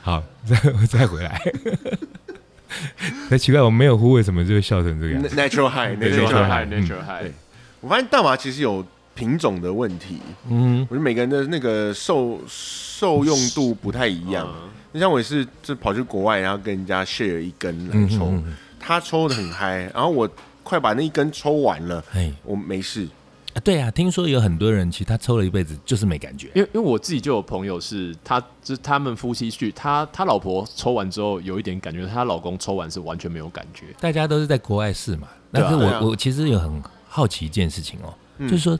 [SPEAKER 3] 好，再再回来。 那奇怪，我没有呼，为什么就会笑成这个样子？
[SPEAKER 1] natural high，natural
[SPEAKER 3] Natural
[SPEAKER 2] Nature
[SPEAKER 1] high。
[SPEAKER 2] high, nature high，
[SPEAKER 1] 对我发现大麻其实有品种的问题，
[SPEAKER 3] 嗯，
[SPEAKER 1] 我觉得每个人的那个受受用度不太一样。
[SPEAKER 2] 嗯
[SPEAKER 1] 你像我也是，就跑去国外，然后跟人家 share 一根来
[SPEAKER 3] 嗯
[SPEAKER 1] 抽，
[SPEAKER 3] 嗯嗯
[SPEAKER 1] 他抽的很嗨，然后我快把那一根抽完了，
[SPEAKER 3] 哎，
[SPEAKER 1] 我没事，
[SPEAKER 3] 啊对啊，听说有很多人其实他抽了一辈子就是没感觉。
[SPEAKER 2] 因为因为我自己就有朋友是，他就是他们夫妻去，他他老婆抽完之后有一点感觉，她老公抽完是完全没有感觉。
[SPEAKER 3] 大家都是在国外试嘛，但是
[SPEAKER 2] 对
[SPEAKER 3] 我、
[SPEAKER 1] 啊对啊嗯
[SPEAKER 3] 我其实有很好奇一件事情哦，就是说，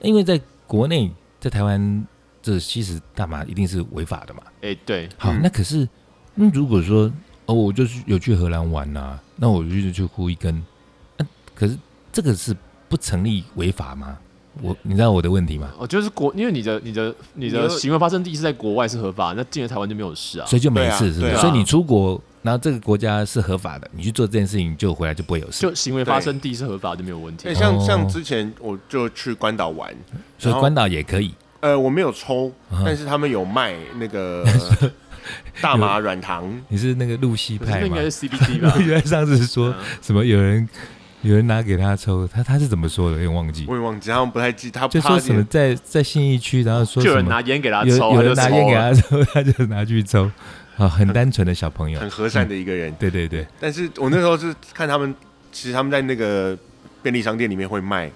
[SPEAKER 3] 因为在国内，在台湾，这其实大麻一定是违法的嘛。
[SPEAKER 2] 哎、对，
[SPEAKER 3] 好，
[SPEAKER 1] 嗯
[SPEAKER 3] 那可是，那如果说哦，我就是有去荷兰玩呐、啊那我就是去呼一根，啊可是这个是不成立违法吗？我你知道我的问题吗？
[SPEAKER 2] 哦，就是国，因为你的你的你
[SPEAKER 1] 你
[SPEAKER 2] 的
[SPEAKER 1] 的
[SPEAKER 2] 行为发生地是在国外是合法，那进了台湾就没有事啊。
[SPEAKER 3] 所以就没
[SPEAKER 1] 对啊
[SPEAKER 3] 事，是不
[SPEAKER 1] 对
[SPEAKER 3] 是？
[SPEAKER 1] 啊
[SPEAKER 3] 所以你出国，然后这个国家是合法的，你去做这件事情，就回来就不会有事。
[SPEAKER 2] 就行为发生地是合法就没有问题
[SPEAKER 1] 对，。像、
[SPEAKER 3] 哦
[SPEAKER 1] 像之前我就去关岛玩，
[SPEAKER 3] 所以
[SPEAKER 1] 然后
[SPEAKER 3] 关岛也可以，
[SPEAKER 1] 呃，我没有抽，
[SPEAKER 3] 嗯
[SPEAKER 1] 但是他们有卖那 个大麻软糖，
[SPEAKER 3] 你是那个露西
[SPEAKER 2] 可是那
[SPEAKER 3] 派
[SPEAKER 2] 应
[SPEAKER 3] 吗
[SPEAKER 2] 该？是 CBD 吧？
[SPEAKER 3] 因为上次说什么有人有人拿给他抽，他他是怎么说的？有点忘记
[SPEAKER 1] 我，也忘记，他们不太记，他
[SPEAKER 3] 就
[SPEAKER 1] 怕
[SPEAKER 3] 说什么
[SPEAKER 1] 点
[SPEAKER 3] 在在信义区，然后说
[SPEAKER 2] 就有
[SPEAKER 3] 什
[SPEAKER 2] 人
[SPEAKER 3] 么
[SPEAKER 2] 拿烟给他
[SPEAKER 3] 有
[SPEAKER 2] 抽，
[SPEAKER 3] 有
[SPEAKER 2] 他就抽
[SPEAKER 3] 人拿
[SPEAKER 2] 啊
[SPEAKER 3] 烟给
[SPEAKER 2] 了
[SPEAKER 3] 他抽，他就拿去抽，啊，很单纯的小朋友，
[SPEAKER 1] 很和善的一个人。
[SPEAKER 3] 对对对，
[SPEAKER 1] 但是我那时候是看他们，其实他们在那个便利商店里面会卖，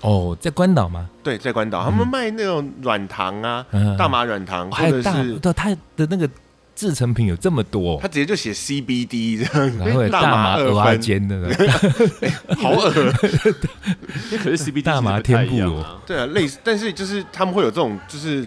[SPEAKER 3] 哦，在关岛吗？
[SPEAKER 1] 对，在关岛他们卖那种软糖啊，
[SPEAKER 3] 嗯
[SPEAKER 1] 大麻软糖，
[SPEAKER 3] 还
[SPEAKER 1] 或者
[SPEAKER 3] 有大，
[SPEAKER 1] 是
[SPEAKER 3] 到他的那个制成品有这么多哦
[SPEAKER 1] 他，直接就写 CBD 这样，
[SPEAKER 3] 然后 有
[SPEAKER 1] 大
[SPEAKER 3] 麻
[SPEAKER 1] 二
[SPEAKER 3] 鹅啊
[SPEAKER 1] 分，
[SPEAKER 3] 煎的，
[SPEAKER 1] 好恶。
[SPEAKER 2] 因为可是 CBD
[SPEAKER 3] 大麻
[SPEAKER 2] 其实不太
[SPEAKER 3] 天妇
[SPEAKER 2] 一样
[SPEAKER 3] 罗
[SPEAKER 2] 啊，
[SPEAKER 1] 对啊，类似，但是就是他们会有这种就是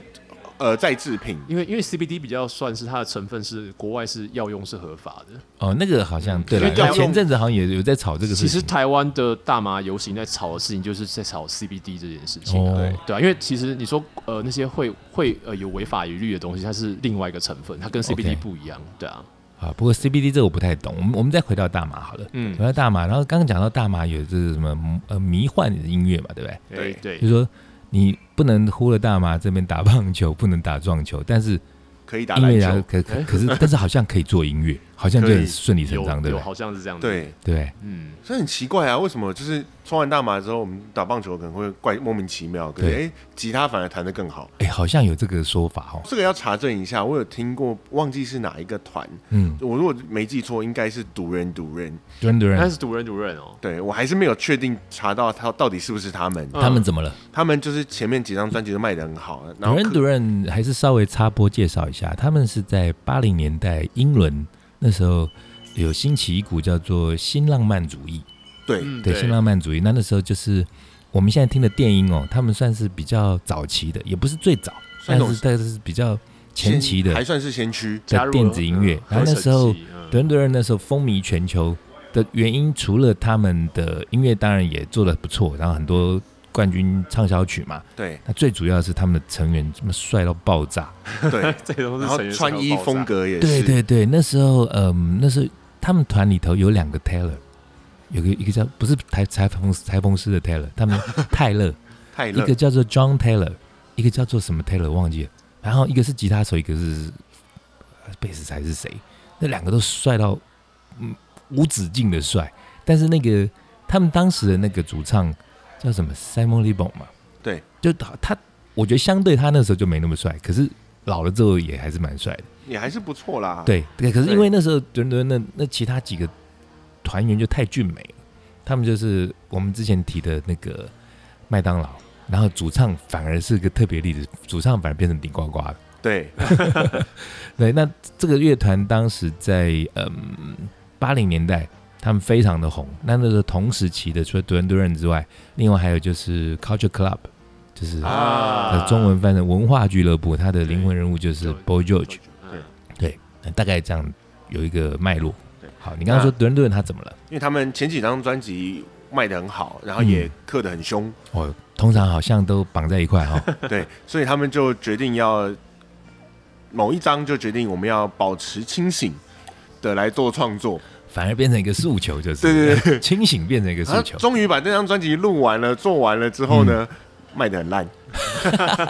[SPEAKER 1] 呃再制品，
[SPEAKER 2] 因为因为 CBD 比较算是它的成分是国外是药用是合法的，
[SPEAKER 3] 哦，那个好像对
[SPEAKER 1] 因
[SPEAKER 3] 了
[SPEAKER 1] 为要，用
[SPEAKER 3] 前阵子好像也有在炒这个
[SPEAKER 2] 其
[SPEAKER 3] 事
[SPEAKER 2] 实
[SPEAKER 3] 情，
[SPEAKER 2] 台湾的大麻游行在炒的事情，就是在炒 CBD 这件事情、啊。
[SPEAKER 3] 哦
[SPEAKER 2] 对对啊，因为其实你说呃那些会会呃有违法疑虑的东西，它是另外一个成分，它跟
[SPEAKER 3] OK
[SPEAKER 2] CBD 不一样。对啊，
[SPEAKER 3] 啊，不过 CBD 这个我不太懂，我们我们再回到大麻好了，
[SPEAKER 2] 嗯
[SPEAKER 3] 回到大麻，然后刚刚讲到大麻有这个什么呃迷幻的音乐嘛，对不对？
[SPEAKER 1] 对
[SPEAKER 2] 对对
[SPEAKER 3] 就，说你不能呼了大麻这边打棒球，不能打撞球，但是
[SPEAKER 1] 可以打
[SPEAKER 3] 音
[SPEAKER 1] 篮
[SPEAKER 3] 乐家
[SPEAKER 1] 球，
[SPEAKER 3] 可可 可是，但是好像可以做音乐，好像就
[SPEAKER 1] 可
[SPEAKER 3] 很
[SPEAKER 1] 以
[SPEAKER 3] 顺理成章，
[SPEAKER 2] 有
[SPEAKER 3] 对不
[SPEAKER 2] 有
[SPEAKER 3] 对？
[SPEAKER 2] 好像是这样子。，
[SPEAKER 1] 对。
[SPEAKER 3] 对，
[SPEAKER 2] 嗯，
[SPEAKER 1] 所以很奇怪啊，为什么就是抽完大麻之后，我们打棒球可能会怪莫名其妙，可是哎、
[SPEAKER 3] 对
[SPEAKER 1] 吉他反而弹得更好。
[SPEAKER 3] 哎，好像有这个说法哦，
[SPEAKER 1] 这个要查证一下，我有听过，忘记是哪一个团。
[SPEAKER 3] 嗯，
[SPEAKER 1] 我如果没记错，应该是独人独人。
[SPEAKER 3] 真的
[SPEAKER 2] 但
[SPEAKER 3] 人
[SPEAKER 2] 是毒人毒人哦，
[SPEAKER 1] 对我还是没有确定查到他到底是不是他们。
[SPEAKER 3] 他们怎么了？
[SPEAKER 1] 他们就是前面几张专辑都卖得很好，嗯然
[SPEAKER 3] 主
[SPEAKER 1] 后
[SPEAKER 3] 任
[SPEAKER 1] 可
[SPEAKER 3] 主任还是稍微插播介绍一下，他们是在八零年代英伦那时候有兴起一股叫做新浪漫主义，
[SPEAKER 1] 对
[SPEAKER 2] 嗯，
[SPEAKER 3] 对，
[SPEAKER 2] 对
[SPEAKER 3] 新浪漫主义。那那时候就是我们现在听的电音哦，他们算是比较早期的，也不是最早，
[SPEAKER 1] 算
[SPEAKER 3] 但
[SPEAKER 1] 一种
[SPEAKER 3] 是但是比较前期的
[SPEAKER 1] 还算是先驱。
[SPEAKER 2] 加入了
[SPEAKER 3] 电子音乐
[SPEAKER 2] 嗯
[SPEAKER 3] 然后那时候
[SPEAKER 2] 合成器嗯
[SPEAKER 3] 德伦多人那时候风靡全球的原因，除了他们的音乐当然也做的不错，然后很多冠军畅销曲嘛，
[SPEAKER 1] 对
[SPEAKER 3] 那最主要是他们的成员这么帅到爆炸。
[SPEAKER 1] 对，
[SPEAKER 2] 这都是
[SPEAKER 1] 然后
[SPEAKER 2] 成员
[SPEAKER 1] 穿衣风，格也是
[SPEAKER 3] 对对对，那时候嗯，那时候他们团里头有两个 Taylor，有个一个叫不是裁裁缝裁缝师的 Taylor，他们 泰勒，
[SPEAKER 1] 太
[SPEAKER 3] 一
[SPEAKER 1] 热
[SPEAKER 3] 个。叫做 John Taylor，一个叫做什么 Taylor 忘记了，然后一个是吉他手，一个是呃贝斯才是谁？那两个都帅到嗯无止境的帅，但是那个他们当时的那个主唱叫什么 Simon l e b o n 嘛，
[SPEAKER 1] 对，
[SPEAKER 3] 就他他我觉得相对他那时候就没那么帅，可是老了之后也还是蛮帅的。
[SPEAKER 1] 也还是不错啦。，
[SPEAKER 3] 对，啊对，可是
[SPEAKER 1] 对
[SPEAKER 3] 因为那时候伦敦那那其他几个团员就太俊美了，他们就是我们之前提的那个麦当劳，然后主唱反而是个特别例子，主唱反而变成顶呱呱了。
[SPEAKER 1] 对，
[SPEAKER 3] 对，那这个乐团当时在嗯八零年代，他们非常的红。那那个同时期的，除了伦敦人之外，另外还有就是 Culture Club，就是、
[SPEAKER 2] 啊
[SPEAKER 3] 呃中文翻成文化俱乐部，它的灵魂人物就是
[SPEAKER 2] 对
[SPEAKER 3] Boy George。
[SPEAKER 2] 嗯
[SPEAKER 3] 那大概这样有一个脉络
[SPEAKER 1] 对。
[SPEAKER 3] 好，你刚刚说
[SPEAKER 1] 那
[SPEAKER 3] 德伦顿他怎么了？
[SPEAKER 1] 因为他们前几张专辑卖得很好，然后
[SPEAKER 3] 嗯
[SPEAKER 1] 也刻得很凶，
[SPEAKER 3] 哦，通常好像都绑在一块哈、 哦。
[SPEAKER 1] 对，所以他们就决定要某一张就决定我们要保持清醒的来做创作。
[SPEAKER 3] 反而变成一个诉求，就是
[SPEAKER 1] 对对啊
[SPEAKER 3] 对， 清醒变成一个
[SPEAKER 1] 他
[SPEAKER 3] 诉求。嗯
[SPEAKER 1] 终于把这张专辑录完了，做完了之后呢，卖得很烂。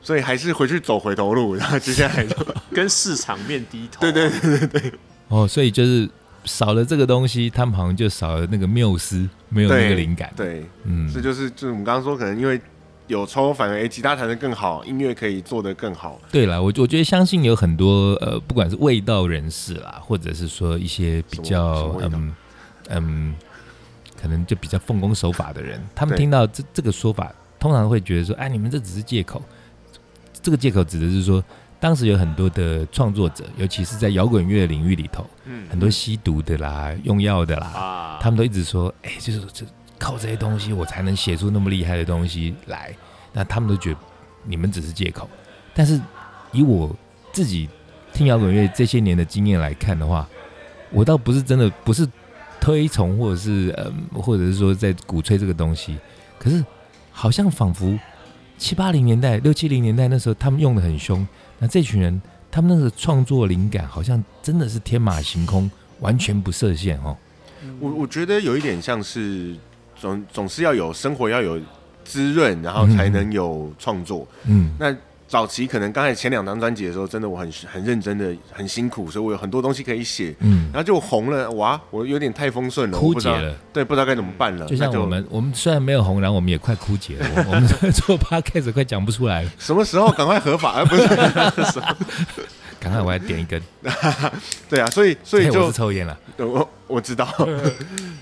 [SPEAKER 1] 所以还是回去走回头路，然后接下来就
[SPEAKER 2] 跟市场面低头，
[SPEAKER 1] 对对
[SPEAKER 2] 对，
[SPEAKER 3] 哦，所以就是少了这个东西，他们好像就少了那个缪斯，没有那个灵感。，
[SPEAKER 1] 对，
[SPEAKER 3] 嗯，
[SPEAKER 1] 这就是就是我们刚刚说，可能因为有抽，反而诶吉他弹得更好，音乐可以做得更好。
[SPEAKER 3] 对了，我我觉得相信有很多呃，不管是味道人士啦，或者是说一些比
[SPEAKER 1] 什
[SPEAKER 3] 较
[SPEAKER 1] 么什么味道
[SPEAKER 3] 嗯嗯，可能就比较奉公守法的人，他们
[SPEAKER 1] 对
[SPEAKER 3] 听到这这个说法，通常会觉得说，哎，你们这只是借口。这个借口指的是说，当时有很多的创作者，尤其是在摇滚乐领域里头，
[SPEAKER 2] 嗯
[SPEAKER 3] 很多吸毒的啦、用药的啦，
[SPEAKER 2] 啊，
[SPEAKER 3] 他们都一直说，哎、就是这靠这些东西我才能写出那么厉害的东西来。那他们都觉得你们只是借口，但是以我自己听摇滚乐这些年的经验来看的话，我倒不是真的不是推崇或者是嗯，或者是说在鼓吹这个东西，可是好像仿佛七八零年代、六七零年代那时候他们用的很凶，那这群人他们那个创作灵感好像真的是天马行空，完全不设限哦。
[SPEAKER 1] 我我觉得有一点像是总总是要有生活要有滋润，然后才能有创作。
[SPEAKER 3] 嗯，
[SPEAKER 1] 那早期可能刚才前两张专辑的时候，真的我很很认真的很辛苦，所以我有很多东西可以写，嗯，然后就红了，哇，我有点太丰顺了，
[SPEAKER 3] 枯
[SPEAKER 1] 我不知道
[SPEAKER 3] 竭了，
[SPEAKER 1] 对，不知道该怎么办了，
[SPEAKER 3] 就像
[SPEAKER 1] 那
[SPEAKER 3] 我们，我们虽然没有红，然后我们也快枯竭了。我我们 做 podcast 快讲不出来了，
[SPEAKER 1] 什么时候赶快合法，而不是
[SPEAKER 3] 赶快我来点一根。
[SPEAKER 1] 对啊，所以所以
[SPEAKER 3] 嘿我
[SPEAKER 1] 就是
[SPEAKER 3] 抽烟了，
[SPEAKER 1] 对我我知 道，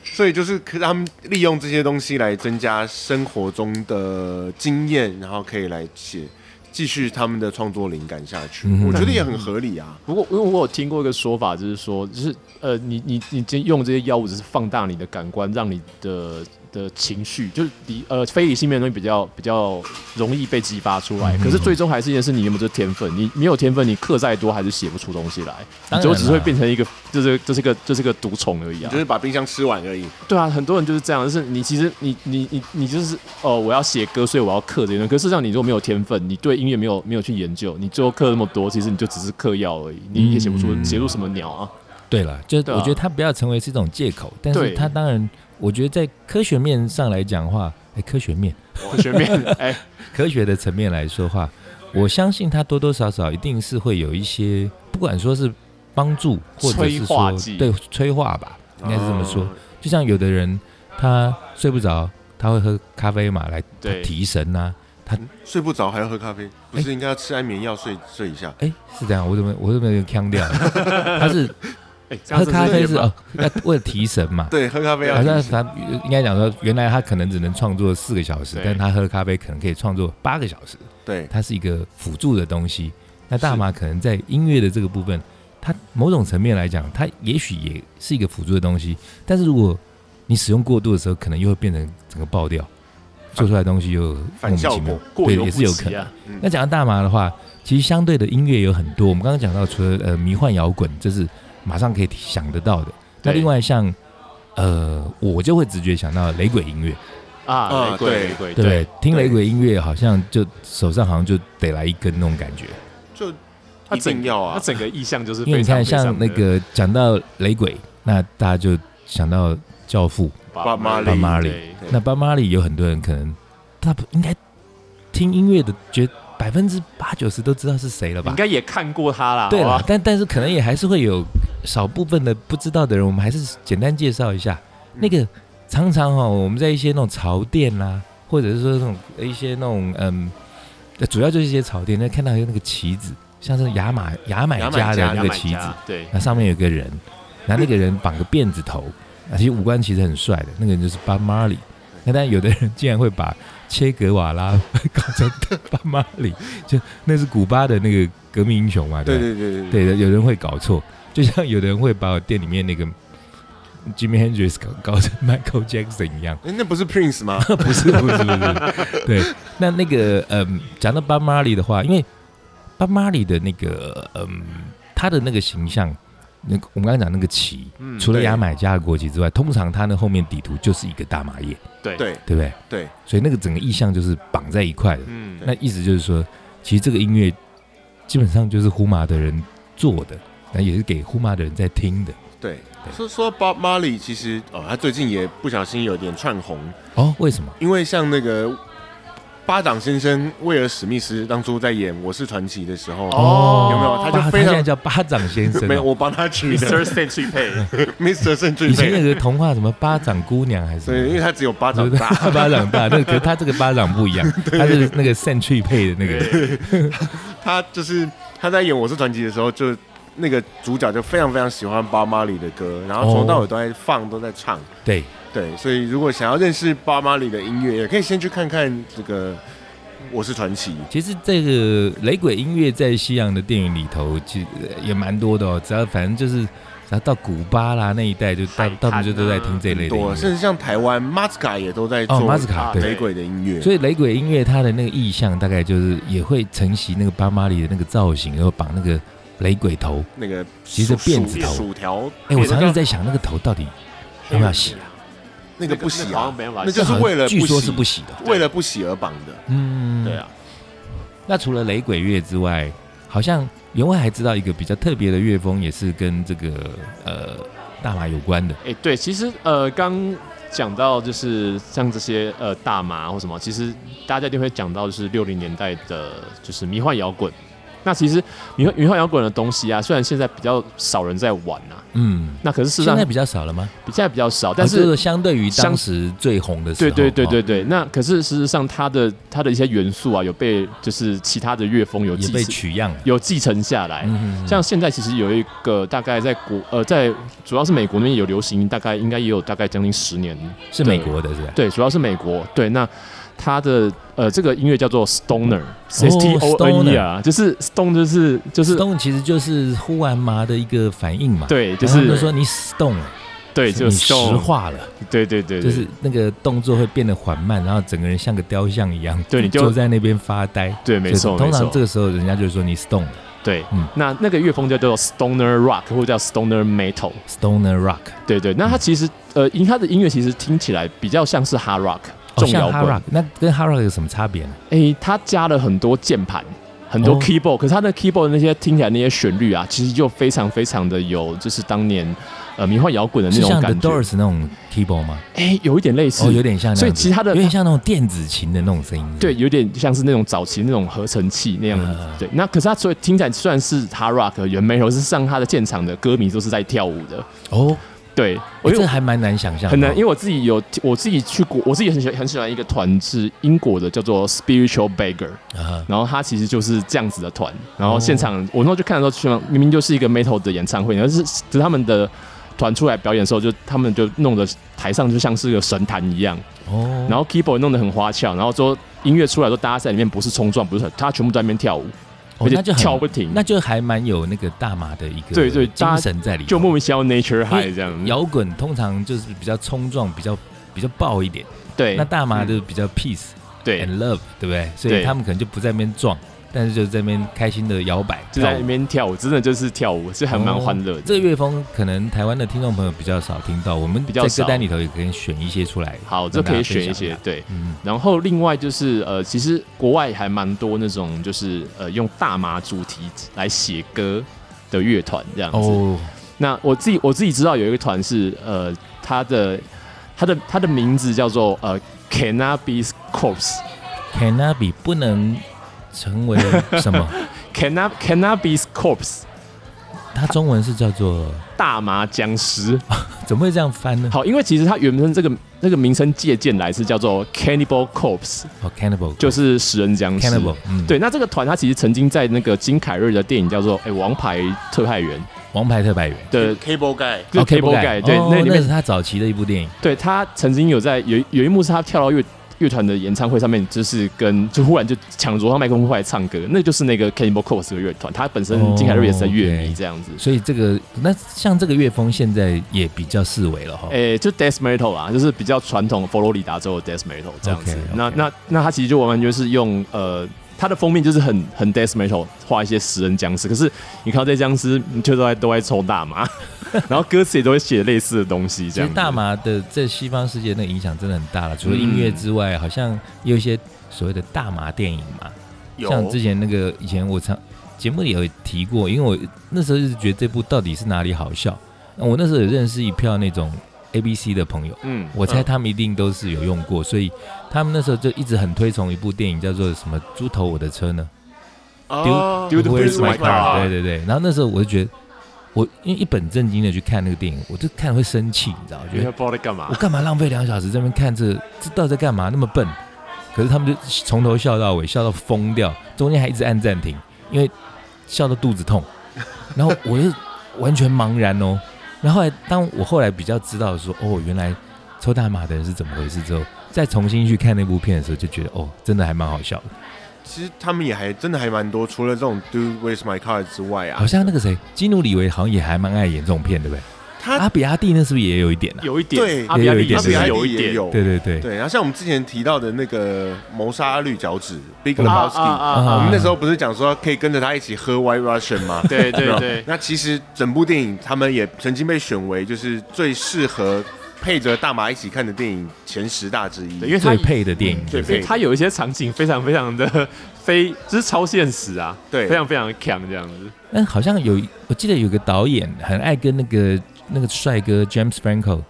[SPEAKER 1] 所以就是可他们利用这些东西来增加生活中的经验，然后可以来写继续他们的创作灵感下去，
[SPEAKER 3] 嗯
[SPEAKER 1] 我觉得也很合理啊。
[SPEAKER 2] 不过，因为我有听过一个说法，就是说，就是呃，你你你今天用这些药物，只是放大你的感官，让你的的情绪，就是理呃非理性面的东西比较比较容易被激发出来。
[SPEAKER 3] 嗯
[SPEAKER 2] 可是最终还是一件事，你有没有这天分？你没有天分，你课再多还是写不出东西来，
[SPEAKER 3] 当然
[SPEAKER 2] 你最后只会
[SPEAKER 3] 啦
[SPEAKER 2] 变成一个，就是就是个就是个毒虫而已啊
[SPEAKER 1] 就。是把冰箱吃完而已，
[SPEAKER 2] 对啊，很多人就是这样，就是你其实你你你你就是哦，我要写歌，所以我要刻这些东西。可是事实上，你如果没有天分，你对音乐没有没有去研究，你最后刻那么多，其实你就只是嗑药而已，你也写不出
[SPEAKER 3] 嗯
[SPEAKER 2] 写出什么鸟啊。
[SPEAKER 3] 对了，就是
[SPEAKER 2] 对啊
[SPEAKER 3] 我觉得它不要成为是一种借口，但是
[SPEAKER 2] 对
[SPEAKER 3] 它当然，我觉得在科学面上来讲话，哎，科学面
[SPEAKER 2] 我全面哎，
[SPEAKER 3] 科学的层面来说话，我相信它多多少少一定是会有一些，不管说是帮助或者是
[SPEAKER 2] 催化
[SPEAKER 3] 说
[SPEAKER 2] 剂
[SPEAKER 3] 对催化吧，应该是这么说。
[SPEAKER 1] 哦
[SPEAKER 3] 就像有的人他睡不着，他会喝咖啡嘛来
[SPEAKER 2] 对
[SPEAKER 3] 提神啊呐、
[SPEAKER 1] 嗯睡不着还要喝咖啡，不是应该要吃安眠药睡睡一下？
[SPEAKER 3] 哎、是这样，我怎么我怎么有点腔调？他是
[SPEAKER 2] 哎，这样
[SPEAKER 3] 喝
[SPEAKER 2] 子
[SPEAKER 3] 咖啡是
[SPEAKER 2] 有点
[SPEAKER 3] 哦，要为了提神嘛。
[SPEAKER 1] 对，喝咖啡要
[SPEAKER 3] 好
[SPEAKER 1] 提
[SPEAKER 3] 像
[SPEAKER 1] 神
[SPEAKER 3] 他应该讲说，原来他可能只能创作四个小时，
[SPEAKER 2] 对
[SPEAKER 3] 但他喝咖啡可能可以创作八个小时，
[SPEAKER 1] 对
[SPEAKER 3] 它是一个辅助的东西。那大麻可能在音乐的这个部分，它某种层面来讲，它也许也是一个辅助的东西，但是如果你使用过度的时候，可能又会变成整个爆掉，做出来的东西又
[SPEAKER 1] 反效果
[SPEAKER 3] 莫名其妙
[SPEAKER 2] 过
[SPEAKER 3] 对，
[SPEAKER 2] 犹
[SPEAKER 3] 也
[SPEAKER 2] 不
[SPEAKER 3] 是有可
[SPEAKER 2] 及
[SPEAKER 3] 能。
[SPEAKER 2] 啊。
[SPEAKER 3] 那讲到大麻的话，其实相对的音乐有很多，我们刚刚讲到，除了呃迷幻摇滚，这是马上可以想得到的。那
[SPEAKER 2] 对
[SPEAKER 3] 另外像呃，我就会直觉想到雷鬼音乐，
[SPEAKER 2] 啊，
[SPEAKER 1] 啊
[SPEAKER 2] 雷鬼
[SPEAKER 1] 对
[SPEAKER 2] 雷鬼
[SPEAKER 3] 对不对？
[SPEAKER 2] 对，
[SPEAKER 3] 听雷鬼音乐好像就手上好像就得来一根那种感觉，
[SPEAKER 1] 就
[SPEAKER 2] 他
[SPEAKER 1] 一定
[SPEAKER 2] 整
[SPEAKER 1] 要
[SPEAKER 2] 他
[SPEAKER 1] 啊，
[SPEAKER 2] 整个意象就是
[SPEAKER 3] 因为
[SPEAKER 2] 非
[SPEAKER 3] 你
[SPEAKER 2] 常
[SPEAKER 3] 看
[SPEAKER 2] 非常
[SPEAKER 3] 像那
[SPEAKER 2] 的
[SPEAKER 3] 个讲到雷鬼，那大家就想到教父，
[SPEAKER 1] Bob Marley
[SPEAKER 3] ，Bob Marley
[SPEAKER 2] 对
[SPEAKER 1] 对
[SPEAKER 3] 那爸妈里有很多人可能他不应该听音乐的，觉百分之八九十都知道是谁了吧
[SPEAKER 2] 应？该也看过他啦，
[SPEAKER 3] 对
[SPEAKER 2] 好啊
[SPEAKER 3] 啦
[SPEAKER 2] 吧，，
[SPEAKER 3] 但但是可能也还是会有少部分的不知道的人，我们还是简单介绍一下。
[SPEAKER 1] 嗯
[SPEAKER 3] 那个常常哈、哦，我们在一些那种潮店啦、或者是说那种一些那种嗯，呃主要就是一些潮店，那看到有那个旗子，像是牙买牙买
[SPEAKER 1] 牙买
[SPEAKER 3] 加的
[SPEAKER 1] 加
[SPEAKER 3] 那
[SPEAKER 2] 哦牙
[SPEAKER 3] 个
[SPEAKER 2] 买
[SPEAKER 3] 旗子，
[SPEAKER 2] 加对
[SPEAKER 3] 那上面有个人，那那个人绑个辫子头，啊，其实五官其实很帅的，那个人就是 Bob Marley。那但有的人竟然会把切格瓦拉 搞成 Bob Marley，就那是古巴的那个革命英雄嘛？
[SPEAKER 1] 对
[SPEAKER 3] 不
[SPEAKER 1] 对对对
[SPEAKER 3] 对的，有人会搞错，就像有人会把我店里面那个 Jimmy Hendrix 搞搞成 Michael Jackson 一样。
[SPEAKER 1] 哎，那不是 Prince 吗？
[SPEAKER 3] 不是不是不是， 对，那那个嗯，讲到 Bob Marley 的话，因为 Bob Marley 的那个嗯，他的那个形象，那个我们刚刚讲那个旗，
[SPEAKER 2] 嗯
[SPEAKER 3] 除了
[SPEAKER 1] 对
[SPEAKER 3] 牙买加的国旗之外，通常他那后面底图就是一个大麻叶，
[SPEAKER 2] 对
[SPEAKER 1] 对
[SPEAKER 3] 对不对？
[SPEAKER 1] 对，
[SPEAKER 3] 所以那个整个意象就是绑在一块的。
[SPEAKER 2] 嗯
[SPEAKER 3] 那意思就是说，其实这个音乐基本上就是呼麻的人做的，那也是给呼麻的人在听的。
[SPEAKER 1] 对
[SPEAKER 3] 对，
[SPEAKER 1] 说说到 Bob Marley，其实哦，他最近也不小心有点串红，
[SPEAKER 3] 哦，为什么？
[SPEAKER 1] 因为像那个巴掌先生威尔史密斯当初在演《我是传奇》的时候，
[SPEAKER 2] 哦
[SPEAKER 1] 有没有他就
[SPEAKER 3] 巴
[SPEAKER 1] 非常
[SPEAKER 3] 现在叫巴掌先生、哦，
[SPEAKER 1] 没有我帮他取
[SPEAKER 2] ，Mr.
[SPEAKER 1] 的
[SPEAKER 2] Century Pay，
[SPEAKER 1] Mr. 郑 俊
[SPEAKER 3] 以前有
[SPEAKER 1] 配，
[SPEAKER 3] 个童话什么巴掌姑娘还是什
[SPEAKER 1] 对，因
[SPEAKER 3] 么
[SPEAKER 1] 为。他只有巴掌
[SPEAKER 3] 对不对
[SPEAKER 1] 大，
[SPEAKER 3] 巴掌大，那个可是他这个巴掌不一样， 他是那个扇去配的那个，
[SPEAKER 2] 对
[SPEAKER 1] 他就是他在演《我是传奇》的时候就。那个主角就非常非常喜欢巴马里的歌，然后
[SPEAKER 3] 哦
[SPEAKER 1] 从到尾都在放，都在唱。
[SPEAKER 3] 对，
[SPEAKER 1] 对，所以如果想要认识巴马里的音乐，也可以先去看看这个《我是传奇》。
[SPEAKER 3] 其实这个雷鬼音乐在西洋的电影里头，其实呃也蛮多的哦。只要反正就是，只要到古巴啦那一带，就
[SPEAKER 2] 海滩啊
[SPEAKER 3] 到他们就都在听这类的音
[SPEAKER 1] 多，甚
[SPEAKER 3] 乐。
[SPEAKER 1] 至像台湾 m a z k a 也都在
[SPEAKER 3] 哦，
[SPEAKER 1] 做
[SPEAKER 3] 马斯卡
[SPEAKER 2] 啊
[SPEAKER 3] 对，
[SPEAKER 1] 雷鬼的音乐。
[SPEAKER 3] 所以雷鬼音乐它的那个意象大概就是也会承袭那个巴马里的那个造型，然后绑那个雷鬼头。
[SPEAKER 1] 那个
[SPEAKER 3] 其实
[SPEAKER 1] 薯
[SPEAKER 3] 辫子头
[SPEAKER 1] 薯薯条，
[SPEAKER 3] 哎，我常常在想那个头到底要不要洗啊？
[SPEAKER 1] 那个不洗
[SPEAKER 2] 好像
[SPEAKER 1] 啊，
[SPEAKER 2] 没办法洗，
[SPEAKER 1] 那就是为了不洗
[SPEAKER 3] 据说是不洗的。
[SPEAKER 1] 为了不洗而绑的。
[SPEAKER 3] 嗯，
[SPEAKER 1] 对。啊，
[SPEAKER 3] 那除了雷鬼乐之外，好像员外还知道一个比较特别的乐风，也是跟这个呃大麻有关的。
[SPEAKER 2] 哎、对，其实呃，刚讲到就是像这些呃大麻或什么，其实大家一定会讲到就是六零年代的，就是迷幻摇滚。那其实迷幻迷幻摇滚的东西啊，虽然现在比较少人在玩啊，
[SPEAKER 3] 嗯，
[SPEAKER 2] 那可是事实
[SPEAKER 3] 现
[SPEAKER 2] 上
[SPEAKER 3] 在比较少了吗？
[SPEAKER 2] 比现在比较少，但
[SPEAKER 3] 哦
[SPEAKER 2] 是
[SPEAKER 3] 就是相对于
[SPEAKER 2] 相
[SPEAKER 3] 当时最红的时
[SPEAKER 2] 对
[SPEAKER 3] 候，
[SPEAKER 2] 对对对
[SPEAKER 3] 哦，
[SPEAKER 2] 对，那可是事实上它的它的一些元素啊，有被就是其他的乐风有
[SPEAKER 3] 也
[SPEAKER 2] 继
[SPEAKER 3] 被
[SPEAKER 2] 承
[SPEAKER 3] 取样了。
[SPEAKER 2] 有继承下来。
[SPEAKER 3] 嗯，
[SPEAKER 2] 像现在其实有一个大概在国呃在主要是美国那边有流行，大概应该也有大概将近十年。
[SPEAKER 3] 是美国的是吧？
[SPEAKER 2] 对，主要是美国。对，那它的呃这个音乐叫做 stoner，S、T O N E
[SPEAKER 3] 哦 stoner
[SPEAKER 2] 啊，就是 stone 就是就是。
[SPEAKER 3] stone 其实就是呼完麻的一个反应嘛。，
[SPEAKER 2] 对，就
[SPEAKER 3] 就是
[SPEAKER 2] 是
[SPEAKER 3] 说你 stone 了，
[SPEAKER 2] 对，就
[SPEAKER 3] 你
[SPEAKER 2] 是
[SPEAKER 3] 石
[SPEAKER 2] stone，
[SPEAKER 3] 化了，
[SPEAKER 2] 对对对，对
[SPEAKER 3] 就是那个动作会变得缓慢，然后整个人像个雕像一样，
[SPEAKER 2] 对你就
[SPEAKER 3] 坐在那边发呆。
[SPEAKER 2] 对，没
[SPEAKER 3] 就是
[SPEAKER 2] 错，
[SPEAKER 3] 通
[SPEAKER 2] 没错
[SPEAKER 3] 常这个时候人家就说你 stone 了
[SPEAKER 2] 对，
[SPEAKER 3] 嗯
[SPEAKER 2] 那那个乐风叫做 stoner rock 或者叫 stoner metal，
[SPEAKER 3] ，stoner rock，
[SPEAKER 2] 对对，
[SPEAKER 3] 嗯
[SPEAKER 2] 那它其实呃，因它的音乐其实听起来比较像是 hard rock
[SPEAKER 3] 哦，
[SPEAKER 2] 重
[SPEAKER 3] 像
[SPEAKER 2] 摇
[SPEAKER 3] hard
[SPEAKER 2] 滚
[SPEAKER 3] rock，，那跟 hard rock 有什么差别呢？
[SPEAKER 2] 诶，它加了很多键盘。很多
[SPEAKER 3] 哦
[SPEAKER 2] keyboard，、可是它的 keyboard 那些听起来那些旋律啊，其实就非常非常的有，就是当年呃迷幻摇滚的那
[SPEAKER 3] 是
[SPEAKER 2] 种
[SPEAKER 3] 像 The
[SPEAKER 2] 感觉。
[SPEAKER 3] Doors 那种 keyboard 吗？
[SPEAKER 2] 诶，有一点类似，
[SPEAKER 3] 哦，有点像那样子，
[SPEAKER 2] 所以其他的
[SPEAKER 3] 有点像那种电子琴的那种声音。
[SPEAKER 2] 对，，有点像是那种早期那种合成器那样子。
[SPEAKER 3] 嗯
[SPEAKER 2] 对，那可是它所以听起来虽然是 hard rock 原 metal，是上它的现场的歌迷都是在跳舞的。
[SPEAKER 3] 哦，
[SPEAKER 2] 对，我
[SPEAKER 3] 我
[SPEAKER 2] 有。
[SPEAKER 3] 这还蛮难想象的哦，
[SPEAKER 2] 很难，因为我自己有我自己去过，我自己很喜欢很喜欢一个团是英国的，叫做 Spiritual Beggar，
[SPEAKER 3] 啊
[SPEAKER 2] 然后他其实就是这样子的团，然后现场、我那时候去看的时候，去明明就是一个 metal 的演唱会，然后是只是他们的团出来表演的时候，就他们就弄得台上就像是个神坛一样，
[SPEAKER 3] 哦，
[SPEAKER 2] 然后 keyboard 弄得很花俏，然后说音乐出来之后，大家在里面不是冲撞，不是很，他全部在那边跳舞，
[SPEAKER 3] 哦
[SPEAKER 2] 而且
[SPEAKER 3] 那就很
[SPEAKER 2] 跳不停，
[SPEAKER 3] 那就还蛮有那个大马的一个
[SPEAKER 2] 对对大
[SPEAKER 3] 精
[SPEAKER 2] 家
[SPEAKER 3] 神在里头，
[SPEAKER 2] 就莫名其妙 nature
[SPEAKER 3] 因为
[SPEAKER 2] high 这样，
[SPEAKER 3] 摇滚通常就是比较冲撞，比较比较爆一点，
[SPEAKER 2] 对，
[SPEAKER 3] 那大哎马
[SPEAKER 2] 嗯
[SPEAKER 3] 就是比较 peace
[SPEAKER 2] 对
[SPEAKER 3] and love，对不对？所
[SPEAKER 2] 对
[SPEAKER 3] 以他们可能就不在那边撞，但是就在那边开心的摇摆，
[SPEAKER 2] 就在
[SPEAKER 3] 跳
[SPEAKER 2] 那
[SPEAKER 3] 舞
[SPEAKER 2] 边跳舞，真的就是跳舞，是还蛮欢乐的。
[SPEAKER 3] 这个乐风可能台湾的听众朋友比较少听到，我们
[SPEAKER 2] 比较
[SPEAKER 3] 在
[SPEAKER 2] 少
[SPEAKER 3] 歌单里头也可以选一些出来。
[SPEAKER 2] 好，这
[SPEAKER 3] 跟大
[SPEAKER 2] 可
[SPEAKER 3] 家
[SPEAKER 2] 以选一
[SPEAKER 3] 分享
[SPEAKER 2] 些
[SPEAKER 3] 下
[SPEAKER 2] 对。
[SPEAKER 3] 嗯，
[SPEAKER 2] 然后另外就是呃，其实国外还蛮多那种就是呃用大麻主题来写歌的乐团这样子。
[SPEAKER 3] 哦，
[SPEAKER 2] 那我自己我自己知道有一个团是呃，它的它的它的名字叫做呃 Cannabis Corpse。
[SPEAKER 3] cannabis 不能成为什么？
[SPEAKER 2] Cannab Cannabis Corpse
[SPEAKER 3] 它中文是叫做，
[SPEAKER 2] 大麻僵 尸，
[SPEAKER 3] 怎么会这样翻呢？
[SPEAKER 2] 好，因为其实它原本这个这个名称借鉴来是叫做 Cannibal Corpse，
[SPEAKER 3] 哦，cannibal
[SPEAKER 2] 就是食人僵尸。
[SPEAKER 3] cannibal，嗯，，
[SPEAKER 2] 对，那这个团他其实曾经在那个金凯瑞的电影叫做《哎、王牌特派员》
[SPEAKER 3] 王牌特派员。
[SPEAKER 2] 的，
[SPEAKER 1] Cable Guy，
[SPEAKER 2] 就是
[SPEAKER 3] 哦
[SPEAKER 2] Cable Guy，对，那里面
[SPEAKER 3] 是他早期的一部电影，
[SPEAKER 2] 对他曾经有在有有一幕是他跳到乐乐团的演唱会上面，就是跟就忽然就抢着他麦克风过来唱歌，那就是那个 Cannibal Corpse 的乐团，他本身
[SPEAKER 3] 哦
[SPEAKER 2] 金凯瑞也是在乐迷
[SPEAKER 3] OK
[SPEAKER 2] 这样子。
[SPEAKER 3] 所以这个那像这个乐风现在也比较式微了哈。
[SPEAKER 2] 诶、就 death metal 啦，就是比较传统佛罗里达州的 death metal 这样子。
[SPEAKER 3] OK，OK
[SPEAKER 2] 那那那它其实就完完全是用呃，它的封面就是很很 death metal，画一些食人僵尸。可是你看到这些僵尸，你却都在都在抽大麻， 然后歌词也都会写类似的东西这
[SPEAKER 3] 其实
[SPEAKER 2] 样子。嗯
[SPEAKER 3] 大麻的在西方世界那影响真的很大了，除了音乐之外，好像也有一些所谓的大麻电影嘛，像之前那个以前我常节目里有提过，因为我那时候就是觉得这部到底是哪里好笑。那我那时候有认识一票那种 A B C 的朋友，
[SPEAKER 2] 嗯
[SPEAKER 3] 我猜
[SPEAKER 2] 嗯
[SPEAKER 3] 他们一定都是有用过，所以他们那时候就一直很推崇一部电影叫做什么“猪头我的车”呢。
[SPEAKER 1] 哦
[SPEAKER 2] Dude- Dude-
[SPEAKER 1] Where's my car？
[SPEAKER 3] 对对对。然后那时候我就觉得，我因为一本正经的去看那个电影，我就看了会生气，你知道？我
[SPEAKER 2] 你
[SPEAKER 3] 觉
[SPEAKER 2] 要
[SPEAKER 3] 得
[SPEAKER 2] 不知道在干嘛
[SPEAKER 3] 我？干嘛浪费两小时在那边看这这到底在干嘛？那么笨。可是他们就从头笑到尾，笑到疯掉，中间还一直按暂停，因为笑到肚 子痛。然后我就完全茫然哦。然后后来，当我后来比较知道说，哦，原来抽大麻的人是怎么回事之后，再重新去看那部片的时候，就觉得哦，真的还蛮好笑的。
[SPEAKER 1] 其实他们也还真的还蛮多，除了这种 Do Where's My Car 之外啊
[SPEAKER 3] 好，像那个谁，基努里维好像也还蛮爱演这种片，对不对？
[SPEAKER 1] 他
[SPEAKER 3] 阿比阿蒂那是不是也啊有一点啊？
[SPEAKER 2] 有一点，
[SPEAKER 1] 对
[SPEAKER 2] 阿比亚利
[SPEAKER 3] 也
[SPEAKER 1] 他比有
[SPEAKER 2] 是
[SPEAKER 3] 有一点
[SPEAKER 2] 一
[SPEAKER 1] 也
[SPEAKER 2] 点，
[SPEAKER 1] 有
[SPEAKER 3] 对对对，
[SPEAKER 1] 对，然后像我们之前提到的那个谋杀绿脚趾 Big
[SPEAKER 3] 啊啊
[SPEAKER 1] Lebowski，我们那时候不是讲说可以跟着他一起喝 White Russian 吗？
[SPEAKER 2] 对对
[SPEAKER 1] 有没有
[SPEAKER 2] 对
[SPEAKER 1] 那其实整部电影他们也曾经被选为就是最适合配着大麻一起看的电影前十大之一。
[SPEAKER 2] 对，因为它
[SPEAKER 3] 嗯最配的电影，
[SPEAKER 1] 最
[SPEAKER 2] 所以
[SPEAKER 1] 配
[SPEAKER 2] 它有一些场景非常非常的非，就是超现实啊，
[SPEAKER 1] 对
[SPEAKER 2] 非常非常的强这样子。
[SPEAKER 3] 但好像有，我记得有个导演很爱跟那个那个帅哥 James Franco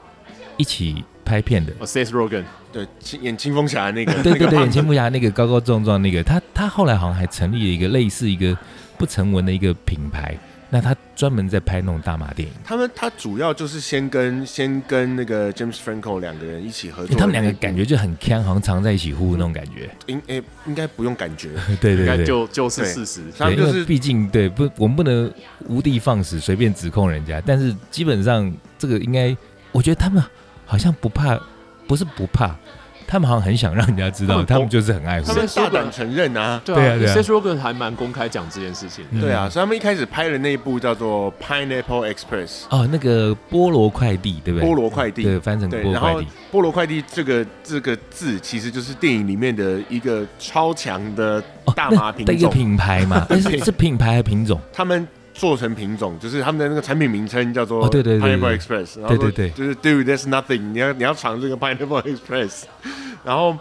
[SPEAKER 3] 一起拍片的。
[SPEAKER 2] 哦 s a s Rogan，
[SPEAKER 1] 对，清演清风侠那个，
[SPEAKER 3] 对对
[SPEAKER 1] 那个
[SPEAKER 3] 对，
[SPEAKER 1] 胖
[SPEAKER 3] 眼睛
[SPEAKER 1] 子
[SPEAKER 3] 不暇那个高高壮壮那个，他他后来好像还成立了一个类似一个不成文的一个品牌，那他专门在拍那种大麻电影，
[SPEAKER 1] 他们他主要就是先跟先跟那个 James Franco 两个人一起合
[SPEAKER 3] 欸
[SPEAKER 1] 作，
[SPEAKER 3] 他们两个感觉就很 can，好像常在一起呼那种感觉。
[SPEAKER 1] 应诶、应该不用感 觉，
[SPEAKER 3] 对
[SPEAKER 2] 应
[SPEAKER 3] 对
[SPEAKER 2] 该
[SPEAKER 3] 对。
[SPEAKER 2] 就就是
[SPEAKER 1] 对
[SPEAKER 2] 事实。
[SPEAKER 1] 他们
[SPEAKER 3] 对
[SPEAKER 1] 就
[SPEAKER 3] 因为
[SPEAKER 1] 是
[SPEAKER 3] 毕竟对不，我们不能无的放矢，随便指控人家。但是基本上这个应该，我觉得他们好像不怕，不是不怕，他们好像很想让人家知
[SPEAKER 2] 他
[SPEAKER 3] 道，
[SPEAKER 2] 们
[SPEAKER 3] 他们就是很爱护
[SPEAKER 1] 他。们大胆承认啊。
[SPEAKER 2] 对
[SPEAKER 3] 对啊对啊
[SPEAKER 2] s a s Rogan 还蛮公开讲这件事情的。
[SPEAKER 3] 嗯
[SPEAKER 1] 对啊，所以他们一开始拍的那一部叫做《Pineapple Express
[SPEAKER 3] 哦，那个菠萝快递，对》不对？
[SPEAKER 1] 菠萝快递，
[SPEAKER 3] 对，翻成菠
[SPEAKER 1] 对，
[SPEAKER 3] 萝
[SPEAKER 1] 然
[SPEAKER 3] 快
[SPEAKER 1] 后
[SPEAKER 3] 递。
[SPEAKER 1] 菠萝快递这个这个字其实就是电影里面的一个超强的
[SPEAKER 3] 哦
[SPEAKER 1] 大麻品
[SPEAKER 3] 那一个
[SPEAKER 1] 种，
[SPEAKER 3] 品牌嘛，但是
[SPEAKER 1] 对
[SPEAKER 3] 是品牌还品种？
[SPEAKER 1] 他们做成品种，就是他们的那个产品名称叫做
[SPEAKER 3] 哦对对对对
[SPEAKER 1] Pineapple Express，然后
[SPEAKER 3] 对
[SPEAKER 1] 说
[SPEAKER 3] 对对
[SPEAKER 1] 就是 Dude that's nothing，你要你要尝这个 Pineapple Express，然后。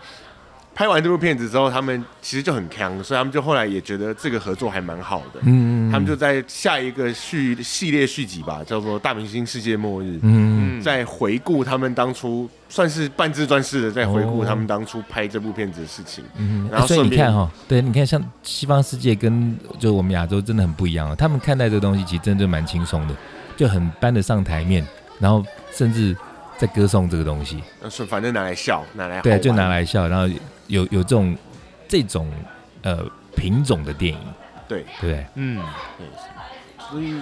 [SPEAKER 1] 拍完这部片子之后，他们其实就很强，所以他们就后来也觉得这个合作还蛮好的。
[SPEAKER 3] 嗯，
[SPEAKER 1] 他们就在下一个续系列续集吧，叫做《大明星世界末日》，
[SPEAKER 3] 嗯
[SPEAKER 2] 嗯
[SPEAKER 1] 在回顾他们当初算是半自传式的，在回顾
[SPEAKER 3] 哦
[SPEAKER 1] 他们当初拍这部片子的事情。
[SPEAKER 3] 嗯，
[SPEAKER 1] 然后
[SPEAKER 3] 所以
[SPEAKER 1] 顺
[SPEAKER 3] 你
[SPEAKER 1] 便
[SPEAKER 3] 看哈、对，你看像西方世界跟就我们亚洲真的很不一样、哦，他们看待这个东西其实真的就蛮轻松的，就很搬得上台面，然后甚至在歌颂这个东西，
[SPEAKER 1] 那呃顺反正拿来笑，拿来好
[SPEAKER 3] 对，啊
[SPEAKER 1] 玩
[SPEAKER 3] 就拿来笑，然后有有这种这种呃品种的电影，
[SPEAKER 1] 对
[SPEAKER 3] 对不对？
[SPEAKER 2] 嗯，
[SPEAKER 1] 对所以
[SPEAKER 2] 因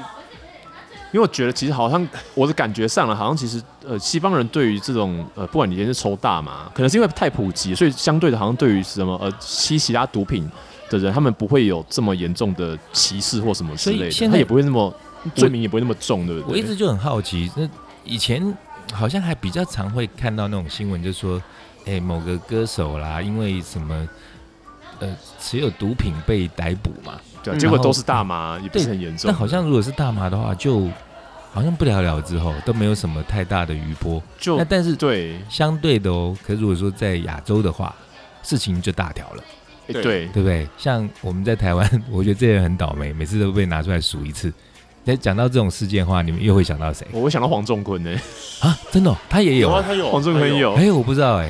[SPEAKER 2] 为我觉得其实好像我的感觉上了，好像其实呃西方人对于这种呃不管你今天是抽大麻，可能是因为太普及，所以相对的好像对于什么呃吸其他毒品的人，他们不会有这么严重的歧视或什么之
[SPEAKER 3] 所以
[SPEAKER 2] 类的，
[SPEAKER 3] 现
[SPEAKER 2] 他
[SPEAKER 3] 在
[SPEAKER 2] 也不会那么罪名也不会那么重，对不对？
[SPEAKER 3] 我一直就很好奇，那以前好像还比较常会看到那种新闻，就说，哎、某个歌手啦，因为什么，呃，持有毒品被逮捕嘛。
[SPEAKER 2] 对啊，
[SPEAKER 1] 嗯
[SPEAKER 2] 结果
[SPEAKER 3] 然后
[SPEAKER 2] 都是大麻，也不是很严重。
[SPEAKER 3] 嗯那好像如果是大麻的话，就好像不了了之后都没有什么太大的余波。
[SPEAKER 2] 就
[SPEAKER 3] 那但是
[SPEAKER 2] 对
[SPEAKER 3] 相对的哦，可是如果说在亚洲的话，事情就大条了，
[SPEAKER 2] 诶
[SPEAKER 1] 对
[SPEAKER 2] 对
[SPEAKER 3] 对不对？像我们在台湾， 我觉得这些人很倒霉，每次都被拿出来数一次。那讲到这种事件的话，你们又会想到谁
[SPEAKER 2] 我会想到黄仲坤呢、
[SPEAKER 3] 啊？真的哦、他也有
[SPEAKER 1] 啊，
[SPEAKER 3] 啊
[SPEAKER 1] 他有
[SPEAKER 2] 黄仲坤，有，
[SPEAKER 3] 哎、我不知道哎、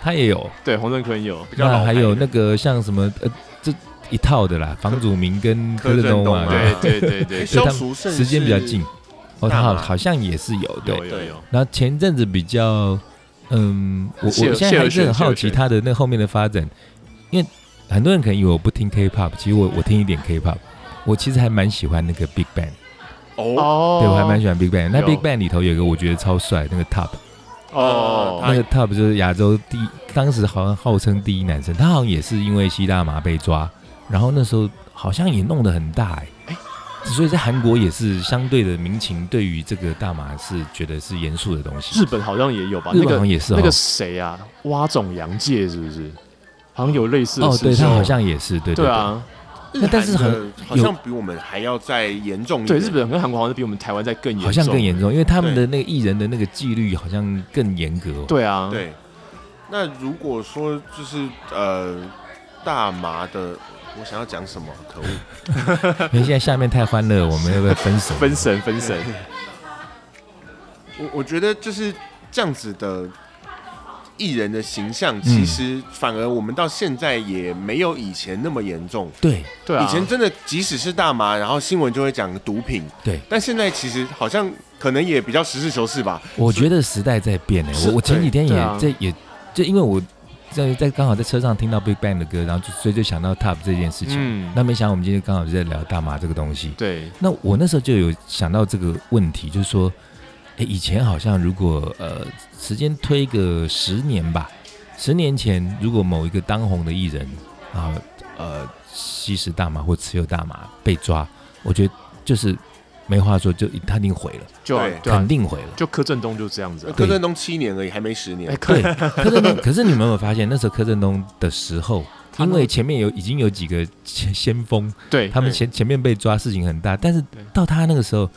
[SPEAKER 3] 他也有。
[SPEAKER 2] 对，黄仲坤有，
[SPEAKER 1] 比较老
[SPEAKER 3] 那还
[SPEAKER 1] 派
[SPEAKER 3] 有
[SPEAKER 1] 的
[SPEAKER 3] 那个像什么呃，这一套的啦，房祖名跟
[SPEAKER 1] 柯
[SPEAKER 3] 柯震东
[SPEAKER 1] 柯震
[SPEAKER 3] 啊，
[SPEAKER 1] 东啊
[SPEAKER 2] 对对对 对，
[SPEAKER 1] 肖
[SPEAKER 3] 他们
[SPEAKER 1] 淑慎
[SPEAKER 3] 时间比较
[SPEAKER 1] 是
[SPEAKER 3] 近。哦，
[SPEAKER 1] 大
[SPEAKER 3] 他好
[SPEAKER 1] 麻
[SPEAKER 3] 好像也是有对
[SPEAKER 2] 有。有有，
[SPEAKER 3] 然后前阵子比较，嗯，我我
[SPEAKER 2] 谢
[SPEAKER 3] 现在
[SPEAKER 2] 谢
[SPEAKER 3] 还
[SPEAKER 2] 尔
[SPEAKER 3] 是
[SPEAKER 2] 逊
[SPEAKER 3] 很好
[SPEAKER 2] 谢
[SPEAKER 3] 奇
[SPEAKER 2] 尔逊
[SPEAKER 3] 他的那后面的发展，因为很多人可能以为我不听 K-pop，其实我我听一点 K-pop，我其实还蛮喜欢那个 Big Bang，
[SPEAKER 1] 哦
[SPEAKER 2] 哦
[SPEAKER 3] 对我还蛮喜欢 Big Bang。那
[SPEAKER 2] 有啊
[SPEAKER 3] Big Bang 里头有一个我觉得超帅，那个 Top，
[SPEAKER 2] 哦，
[SPEAKER 1] 他
[SPEAKER 3] 那个 Top 就是亚洲第一，当时好像号称第一男生，他好像也是因为吸大麻被抓，然后那时候好像也弄得很大哎、所以在韩国也是相对的民情对于这个大麻是觉得是严肃的东西。
[SPEAKER 2] 日本好像也有吧？
[SPEAKER 3] 日
[SPEAKER 2] 那
[SPEAKER 3] 本
[SPEAKER 2] 个
[SPEAKER 3] 好像也是、哦
[SPEAKER 2] 那个谁啊，蛙总洋介是不是？好像有类似的
[SPEAKER 3] 哦，
[SPEAKER 2] 事
[SPEAKER 3] 对
[SPEAKER 2] 情
[SPEAKER 3] 他好像也是，对
[SPEAKER 2] 对，啊，
[SPEAKER 1] 日
[SPEAKER 3] 但是
[SPEAKER 1] 韩
[SPEAKER 3] 很
[SPEAKER 1] 的好
[SPEAKER 3] 有
[SPEAKER 1] 像比我们还要再严重一
[SPEAKER 2] 对
[SPEAKER 1] 点。
[SPEAKER 2] 日本跟韩国好像比我们台湾在更严
[SPEAKER 3] 对
[SPEAKER 2] 重，
[SPEAKER 3] 好像更严重，因为他们
[SPEAKER 1] 对
[SPEAKER 3] 的那个艺人的那个纪律好像更严格、哦。
[SPEAKER 2] 对啊，
[SPEAKER 1] 对，那如果说就是呃大麻的，我想要讲什么？可恶，
[SPEAKER 3] 因为现在下面太欢乐，我们要不要分手？
[SPEAKER 2] 分神分神，
[SPEAKER 1] 我我觉得就是这样子的艺人的形象，
[SPEAKER 3] 嗯
[SPEAKER 1] 其实反而我们到现在也没有以前那么严重。
[SPEAKER 3] 对
[SPEAKER 2] 对啊，
[SPEAKER 1] 以前真的即使是大麻，然后新闻就会讲毒品，
[SPEAKER 3] 对，
[SPEAKER 1] 但现在其实好像可能也比较实事求是吧。
[SPEAKER 3] 我觉得时代在变哎、
[SPEAKER 1] 是
[SPEAKER 3] 我我前几天也
[SPEAKER 2] 对啊
[SPEAKER 3] 在、也就因为我在在刚好在车上听到 Big Bang 的歌，然后就所以就想到 Top 这件事情。
[SPEAKER 2] 嗯，
[SPEAKER 3] 那没想到我们今天刚好就在聊大麻这个东西。
[SPEAKER 2] 对
[SPEAKER 3] 那我那时候就有想到这个问题，就是说，哎，以前好像如果呃时间推个十年吧，十年前如果某一个当红的艺人啊呃吸食大麻或持有大麻被抓，我觉得就是没话说，就他一定毁了，
[SPEAKER 2] 就啊
[SPEAKER 1] 对
[SPEAKER 2] 对啊
[SPEAKER 3] 肯，定毁了。
[SPEAKER 2] 就柯震东就这样子啊，
[SPEAKER 1] 柯震东七年而已，还没十年
[SPEAKER 2] 哎，。柯
[SPEAKER 3] 对，柯震东。可是你们有没有发现，那时候柯震东的时候，
[SPEAKER 2] 他
[SPEAKER 3] 因
[SPEAKER 2] 们
[SPEAKER 3] 为前面有已经有几个先先锋，
[SPEAKER 2] 对
[SPEAKER 3] 他们
[SPEAKER 1] 对
[SPEAKER 3] 前前面被抓，事情很大。但是
[SPEAKER 2] 对
[SPEAKER 3] 到他那个时候，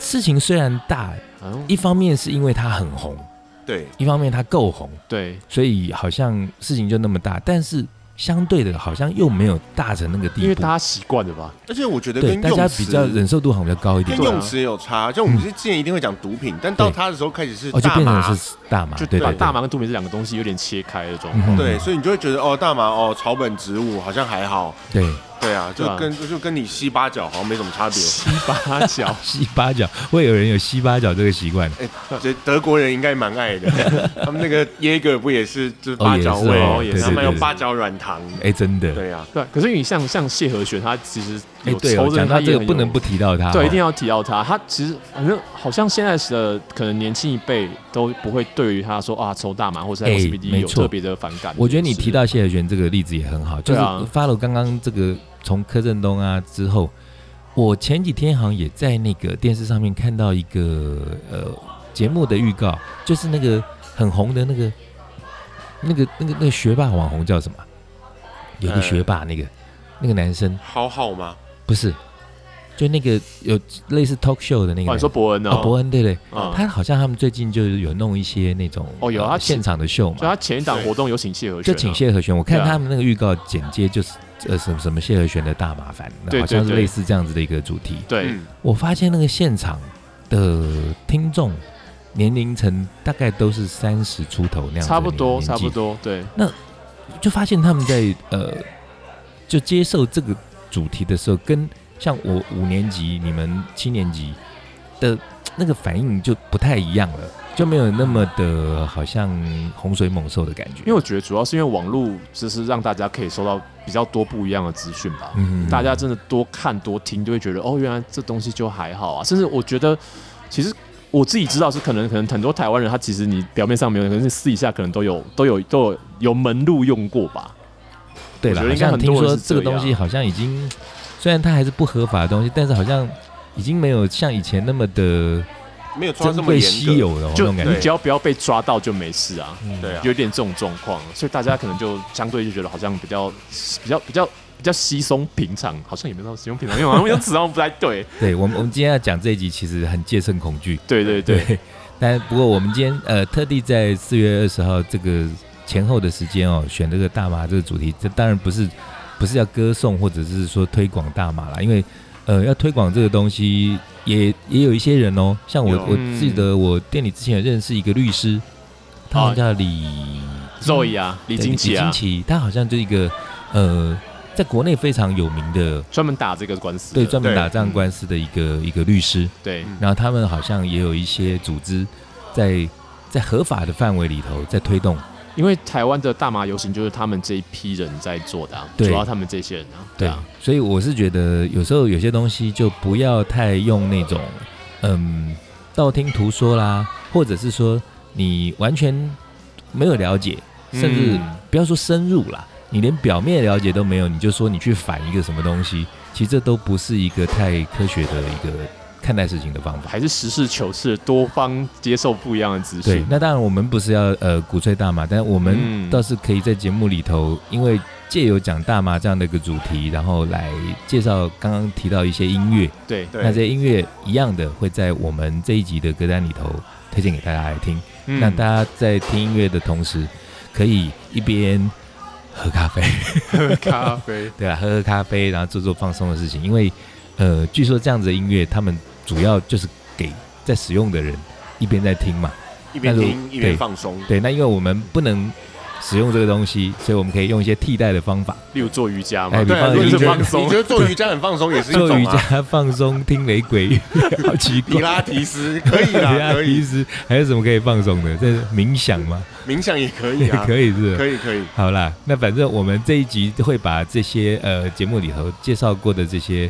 [SPEAKER 3] 事情虽然大，
[SPEAKER 2] 嗯
[SPEAKER 3] 一方面是因为他很红，
[SPEAKER 1] 对，
[SPEAKER 3] 一方面他够红，
[SPEAKER 2] 对
[SPEAKER 3] 所以好像事情就那么大。但是相对的好像又没有大成那个
[SPEAKER 2] 因
[SPEAKER 3] 地
[SPEAKER 2] 为
[SPEAKER 3] 步
[SPEAKER 2] 大。家习惯了吧？
[SPEAKER 1] 而且我觉得
[SPEAKER 3] 对，
[SPEAKER 1] 跟
[SPEAKER 3] 大家
[SPEAKER 1] 用
[SPEAKER 3] 比较
[SPEAKER 1] 词
[SPEAKER 3] 忍受度好像比较高一点
[SPEAKER 1] 跟
[SPEAKER 2] 对，啊
[SPEAKER 1] 用词也有差，就我们是之前一定会讲毒品，但到
[SPEAKER 3] 嗯对
[SPEAKER 1] 他的时候开始是
[SPEAKER 3] 哦，就
[SPEAKER 1] 大
[SPEAKER 3] 变
[SPEAKER 1] 麻，
[SPEAKER 3] 成是大麻，
[SPEAKER 1] 就
[SPEAKER 3] 对对
[SPEAKER 2] 把
[SPEAKER 3] 对，
[SPEAKER 2] 大麻跟杜明这两个东西有点切开的状
[SPEAKER 3] 嗯
[SPEAKER 2] 况。
[SPEAKER 3] 哼
[SPEAKER 1] 对，所以你就会觉得哦，大麻哦，草本植物好像还好，
[SPEAKER 3] 对
[SPEAKER 1] 对啊，就
[SPEAKER 2] 对啊
[SPEAKER 1] 跟就跟你吸八角好像没什么差别。
[SPEAKER 2] 七八 角
[SPEAKER 3] 西八角，会有人有西八角这个习惯。
[SPEAKER 1] 哎，这德国人应该蛮爱的，他们那个耶格不也是就是八角味，
[SPEAKER 2] 哦也是哦对对对
[SPEAKER 1] 他们有八角软糖，
[SPEAKER 3] 哎，真的，
[SPEAKER 1] 对啊，
[SPEAKER 2] 对，可是你像像谢和弦，他其实
[SPEAKER 3] 哎
[SPEAKER 2] 有，
[SPEAKER 3] 对
[SPEAKER 2] 抽
[SPEAKER 3] 哦，
[SPEAKER 2] 真的
[SPEAKER 3] 讲
[SPEAKER 2] 他
[SPEAKER 3] 到
[SPEAKER 2] 也
[SPEAKER 3] 这个
[SPEAKER 2] 很
[SPEAKER 3] 不
[SPEAKER 2] 有
[SPEAKER 3] 能不提到它哦，
[SPEAKER 2] 对，一定要提到他。他其实反正好像现在的可能年轻一辈都不会对于他说啊抽大麻或是
[SPEAKER 3] 哎
[SPEAKER 2] LSPD、
[SPEAKER 3] 没
[SPEAKER 2] 有
[SPEAKER 3] 错
[SPEAKER 2] 特别的反感。
[SPEAKER 3] 我觉得你
[SPEAKER 2] 是
[SPEAKER 3] 提到谢和弦这个例子也很好，就
[SPEAKER 2] 对
[SPEAKER 3] 是
[SPEAKER 2] 啊
[SPEAKER 3] follow 刚刚这个从柯震东啊之后，我前几天好像也在那个电视上面看到一个呃节目的预告，就是那个很红的那个那个那个那个学霸网红叫什么啊？有一个
[SPEAKER 1] 呃
[SPEAKER 3] 学霸那个、那个男生
[SPEAKER 1] 好好吗？
[SPEAKER 3] 不是，就那个有类似 talk show 的那个
[SPEAKER 2] 哦，
[SPEAKER 3] 男
[SPEAKER 2] 你说
[SPEAKER 3] 生。
[SPEAKER 2] 伯恩哦，
[SPEAKER 3] 哦，伯恩对对，
[SPEAKER 2] 嗯
[SPEAKER 3] 他好像他们最近就是有弄一些那种
[SPEAKER 2] 哦有啊
[SPEAKER 3] 呃
[SPEAKER 2] 他请
[SPEAKER 3] 现场的秀嘛，
[SPEAKER 2] 所以他前一档活动有请谢和弦、
[SPEAKER 3] 就
[SPEAKER 2] 啊，
[SPEAKER 3] 请谢和弦，我看
[SPEAKER 2] 对啊
[SPEAKER 3] 他们那个预告简介就是呃什么什么谢和弦的大麻烦，
[SPEAKER 2] 对
[SPEAKER 3] 好像是
[SPEAKER 2] 对对
[SPEAKER 3] 类似这样子的一个主题。
[SPEAKER 2] 对，
[SPEAKER 1] 嗯，
[SPEAKER 3] 我发现那个现场的听众年龄层大概都是三十出头那样子的
[SPEAKER 2] 差不多
[SPEAKER 3] 年纪
[SPEAKER 2] 差不，多，对
[SPEAKER 3] 就发现他们在呃就接受这个主题的时候，跟像我五年级、你们七年级的那个反应就不太一样了，就没有那么的好像洪水猛兽的感觉。
[SPEAKER 2] 因为我觉得主要是因为网络就是让大家可以收到比较多不一样的资讯吧。
[SPEAKER 3] 嗯
[SPEAKER 2] 大家真的多看多听，就会觉得哦，原来这东西就还好啊。甚至我觉得，其实我自己知道是可能，可能很多台湾人他其实你表面上没有，可是私底下可能都有都有都有有门路用过吧。
[SPEAKER 3] 对
[SPEAKER 2] 我觉得
[SPEAKER 3] 了，好
[SPEAKER 2] 应该
[SPEAKER 3] 像
[SPEAKER 2] 很
[SPEAKER 3] 听
[SPEAKER 2] 多人
[SPEAKER 3] 说
[SPEAKER 2] 是
[SPEAKER 3] 这个
[SPEAKER 2] 这
[SPEAKER 3] 东西
[SPEAKER 2] 样
[SPEAKER 3] 好像已经，虽然它还是不合法的东西，但是好像已经没有像以前那么的
[SPEAKER 1] 没有抓这
[SPEAKER 3] 珍
[SPEAKER 1] 么
[SPEAKER 3] 贵
[SPEAKER 1] 严
[SPEAKER 3] 稀
[SPEAKER 1] 格，
[SPEAKER 3] 有了哦那
[SPEAKER 2] 就
[SPEAKER 3] 种
[SPEAKER 2] 你
[SPEAKER 3] 感觉。
[SPEAKER 2] 只要不要被抓到就没事啊，
[SPEAKER 3] 嗯
[SPEAKER 1] 对啊，
[SPEAKER 2] 有点这种状况，所以大家可能就相对就觉得好像比较比较比较比较稀松平常，好像也没有到稀松平常，因为好像用词好像不太对。
[SPEAKER 3] 对我们，我们今天要讲这一集，其实很戒慎恐惧。
[SPEAKER 2] 对对对，
[SPEAKER 3] 对，但不过我们今天呃特地在四月二十号这个前后的时间哦，选这个大麻这个主题，这当然不是不是要歌颂或者是说推广大麻啦，因为呃要推广这个东西也也有一些人哦，像我
[SPEAKER 1] 有
[SPEAKER 3] 我
[SPEAKER 2] 嗯
[SPEAKER 3] 记得我店里之前有认识一个律师，他好像叫李
[SPEAKER 2] 肉姨啊，李
[SPEAKER 3] 对
[SPEAKER 2] 金奇啊
[SPEAKER 3] 李金，奇，他好像就是一个呃在国内非常有名的。
[SPEAKER 2] 专门打这个官司的。
[SPEAKER 3] 对，专门
[SPEAKER 1] 对
[SPEAKER 3] 打这样
[SPEAKER 2] 嗯
[SPEAKER 3] 官司的一个一个律师，
[SPEAKER 2] 对
[SPEAKER 1] 嗯
[SPEAKER 3] 然后他们好像也有一些组织在在合法的范围里头在推动，
[SPEAKER 2] 因为台湾的大麻游行就是他们这一批人在做的、啊，
[SPEAKER 3] 对
[SPEAKER 2] 主要他们这些人啊，对啊，
[SPEAKER 3] 所以我是觉得有时候有些东西就不要太用那种嗯道听途说啦，或者是说你完全没有了解，甚至
[SPEAKER 2] 嗯
[SPEAKER 3] 不要说深入啦，你连表面了解都没有，你就说你去反一个什么东西，其实这都不是一个太科学的一个看待事情的方法。
[SPEAKER 2] 还是实事求是，多方接受不一样的资
[SPEAKER 3] 对
[SPEAKER 2] 讯，。
[SPEAKER 3] 那当然我们不是要呃鼓吹大麻，但我们
[SPEAKER 2] 嗯
[SPEAKER 3] 倒是可以在节目里头，因为借由讲大麻这样的一个主题，然后来介绍刚刚提到一些音乐，
[SPEAKER 2] 对，
[SPEAKER 1] 对
[SPEAKER 3] 那这些音乐一样的会在我们这一集的歌单里头推荐给大家来听。
[SPEAKER 2] 嗯
[SPEAKER 3] 那大家在听音乐的同时，可以一边喝咖啡，
[SPEAKER 2] 咖 啡，
[SPEAKER 3] 对啊，喝喝咖啡，然后做做放松的事情，因为呃，据说这样子的音乐，他们主要就是给在使用的人一边在听嘛。
[SPEAKER 1] 一边
[SPEAKER 3] 那如
[SPEAKER 1] 听一边
[SPEAKER 3] 对
[SPEAKER 1] 放松，
[SPEAKER 3] 对，那因为我们不能使用这个东西，所以我们可以用一些替代的方法，
[SPEAKER 2] 例如做瑜伽嘛
[SPEAKER 3] 哎，
[SPEAKER 1] 对啊，
[SPEAKER 3] 比
[SPEAKER 1] 如果你觉
[SPEAKER 2] 就
[SPEAKER 3] 方
[SPEAKER 2] 是
[SPEAKER 1] 得
[SPEAKER 2] 放
[SPEAKER 1] 你
[SPEAKER 2] 松
[SPEAKER 1] 觉，得做瑜伽很放松也是一
[SPEAKER 3] 做
[SPEAKER 1] 种
[SPEAKER 3] 瑜
[SPEAKER 1] 啊，
[SPEAKER 3] 伽、放松、听雷鬼乐， 好奇
[SPEAKER 1] 皮
[SPEAKER 3] 怪。
[SPEAKER 1] 拉提斯可以 啦，可
[SPEAKER 3] 提
[SPEAKER 1] 以，
[SPEAKER 3] 斯还有什么可以放松的？这是冥想吗？
[SPEAKER 1] 冥想也可以啊，
[SPEAKER 3] 可以是吧
[SPEAKER 1] 可以可以，
[SPEAKER 3] 好啦，那反正我们这一集会把这些呃节目里头介绍过的这些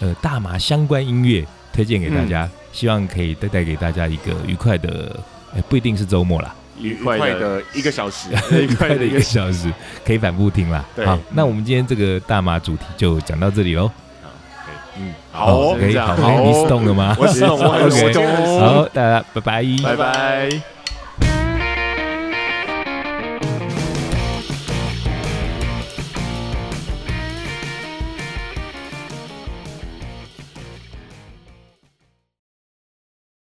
[SPEAKER 3] 呃大麻相关音乐推荐给大家，
[SPEAKER 1] 嗯
[SPEAKER 3] 希望可以带带给大家一个愉快的，呃不一定是周末啦，
[SPEAKER 2] 愉
[SPEAKER 1] 愉
[SPEAKER 2] 快
[SPEAKER 1] 快
[SPEAKER 2] 的
[SPEAKER 1] 的一个小时，
[SPEAKER 2] 愉快
[SPEAKER 3] 快的
[SPEAKER 2] 的
[SPEAKER 3] 一
[SPEAKER 2] 一
[SPEAKER 3] 个
[SPEAKER 2] 个
[SPEAKER 3] 小时，可以反复听啦。
[SPEAKER 1] 对
[SPEAKER 3] 好，那我们今天这个大麻主题就讲到这里喽。
[SPEAKER 1] 嗯，好哦
[SPEAKER 2] 可
[SPEAKER 3] 可
[SPEAKER 2] 以
[SPEAKER 3] 以，
[SPEAKER 2] 这样
[SPEAKER 3] 好，
[SPEAKER 2] 好
[SPEAKER 3] 你是动了吗？
[SPEAKER 1] 我是我很
[SPEAKER 3] OK
[SPEAKER 1] 我就
[SPEAKER 3] 好，大家拜拜。
[SPEAKER 2] 拜拜。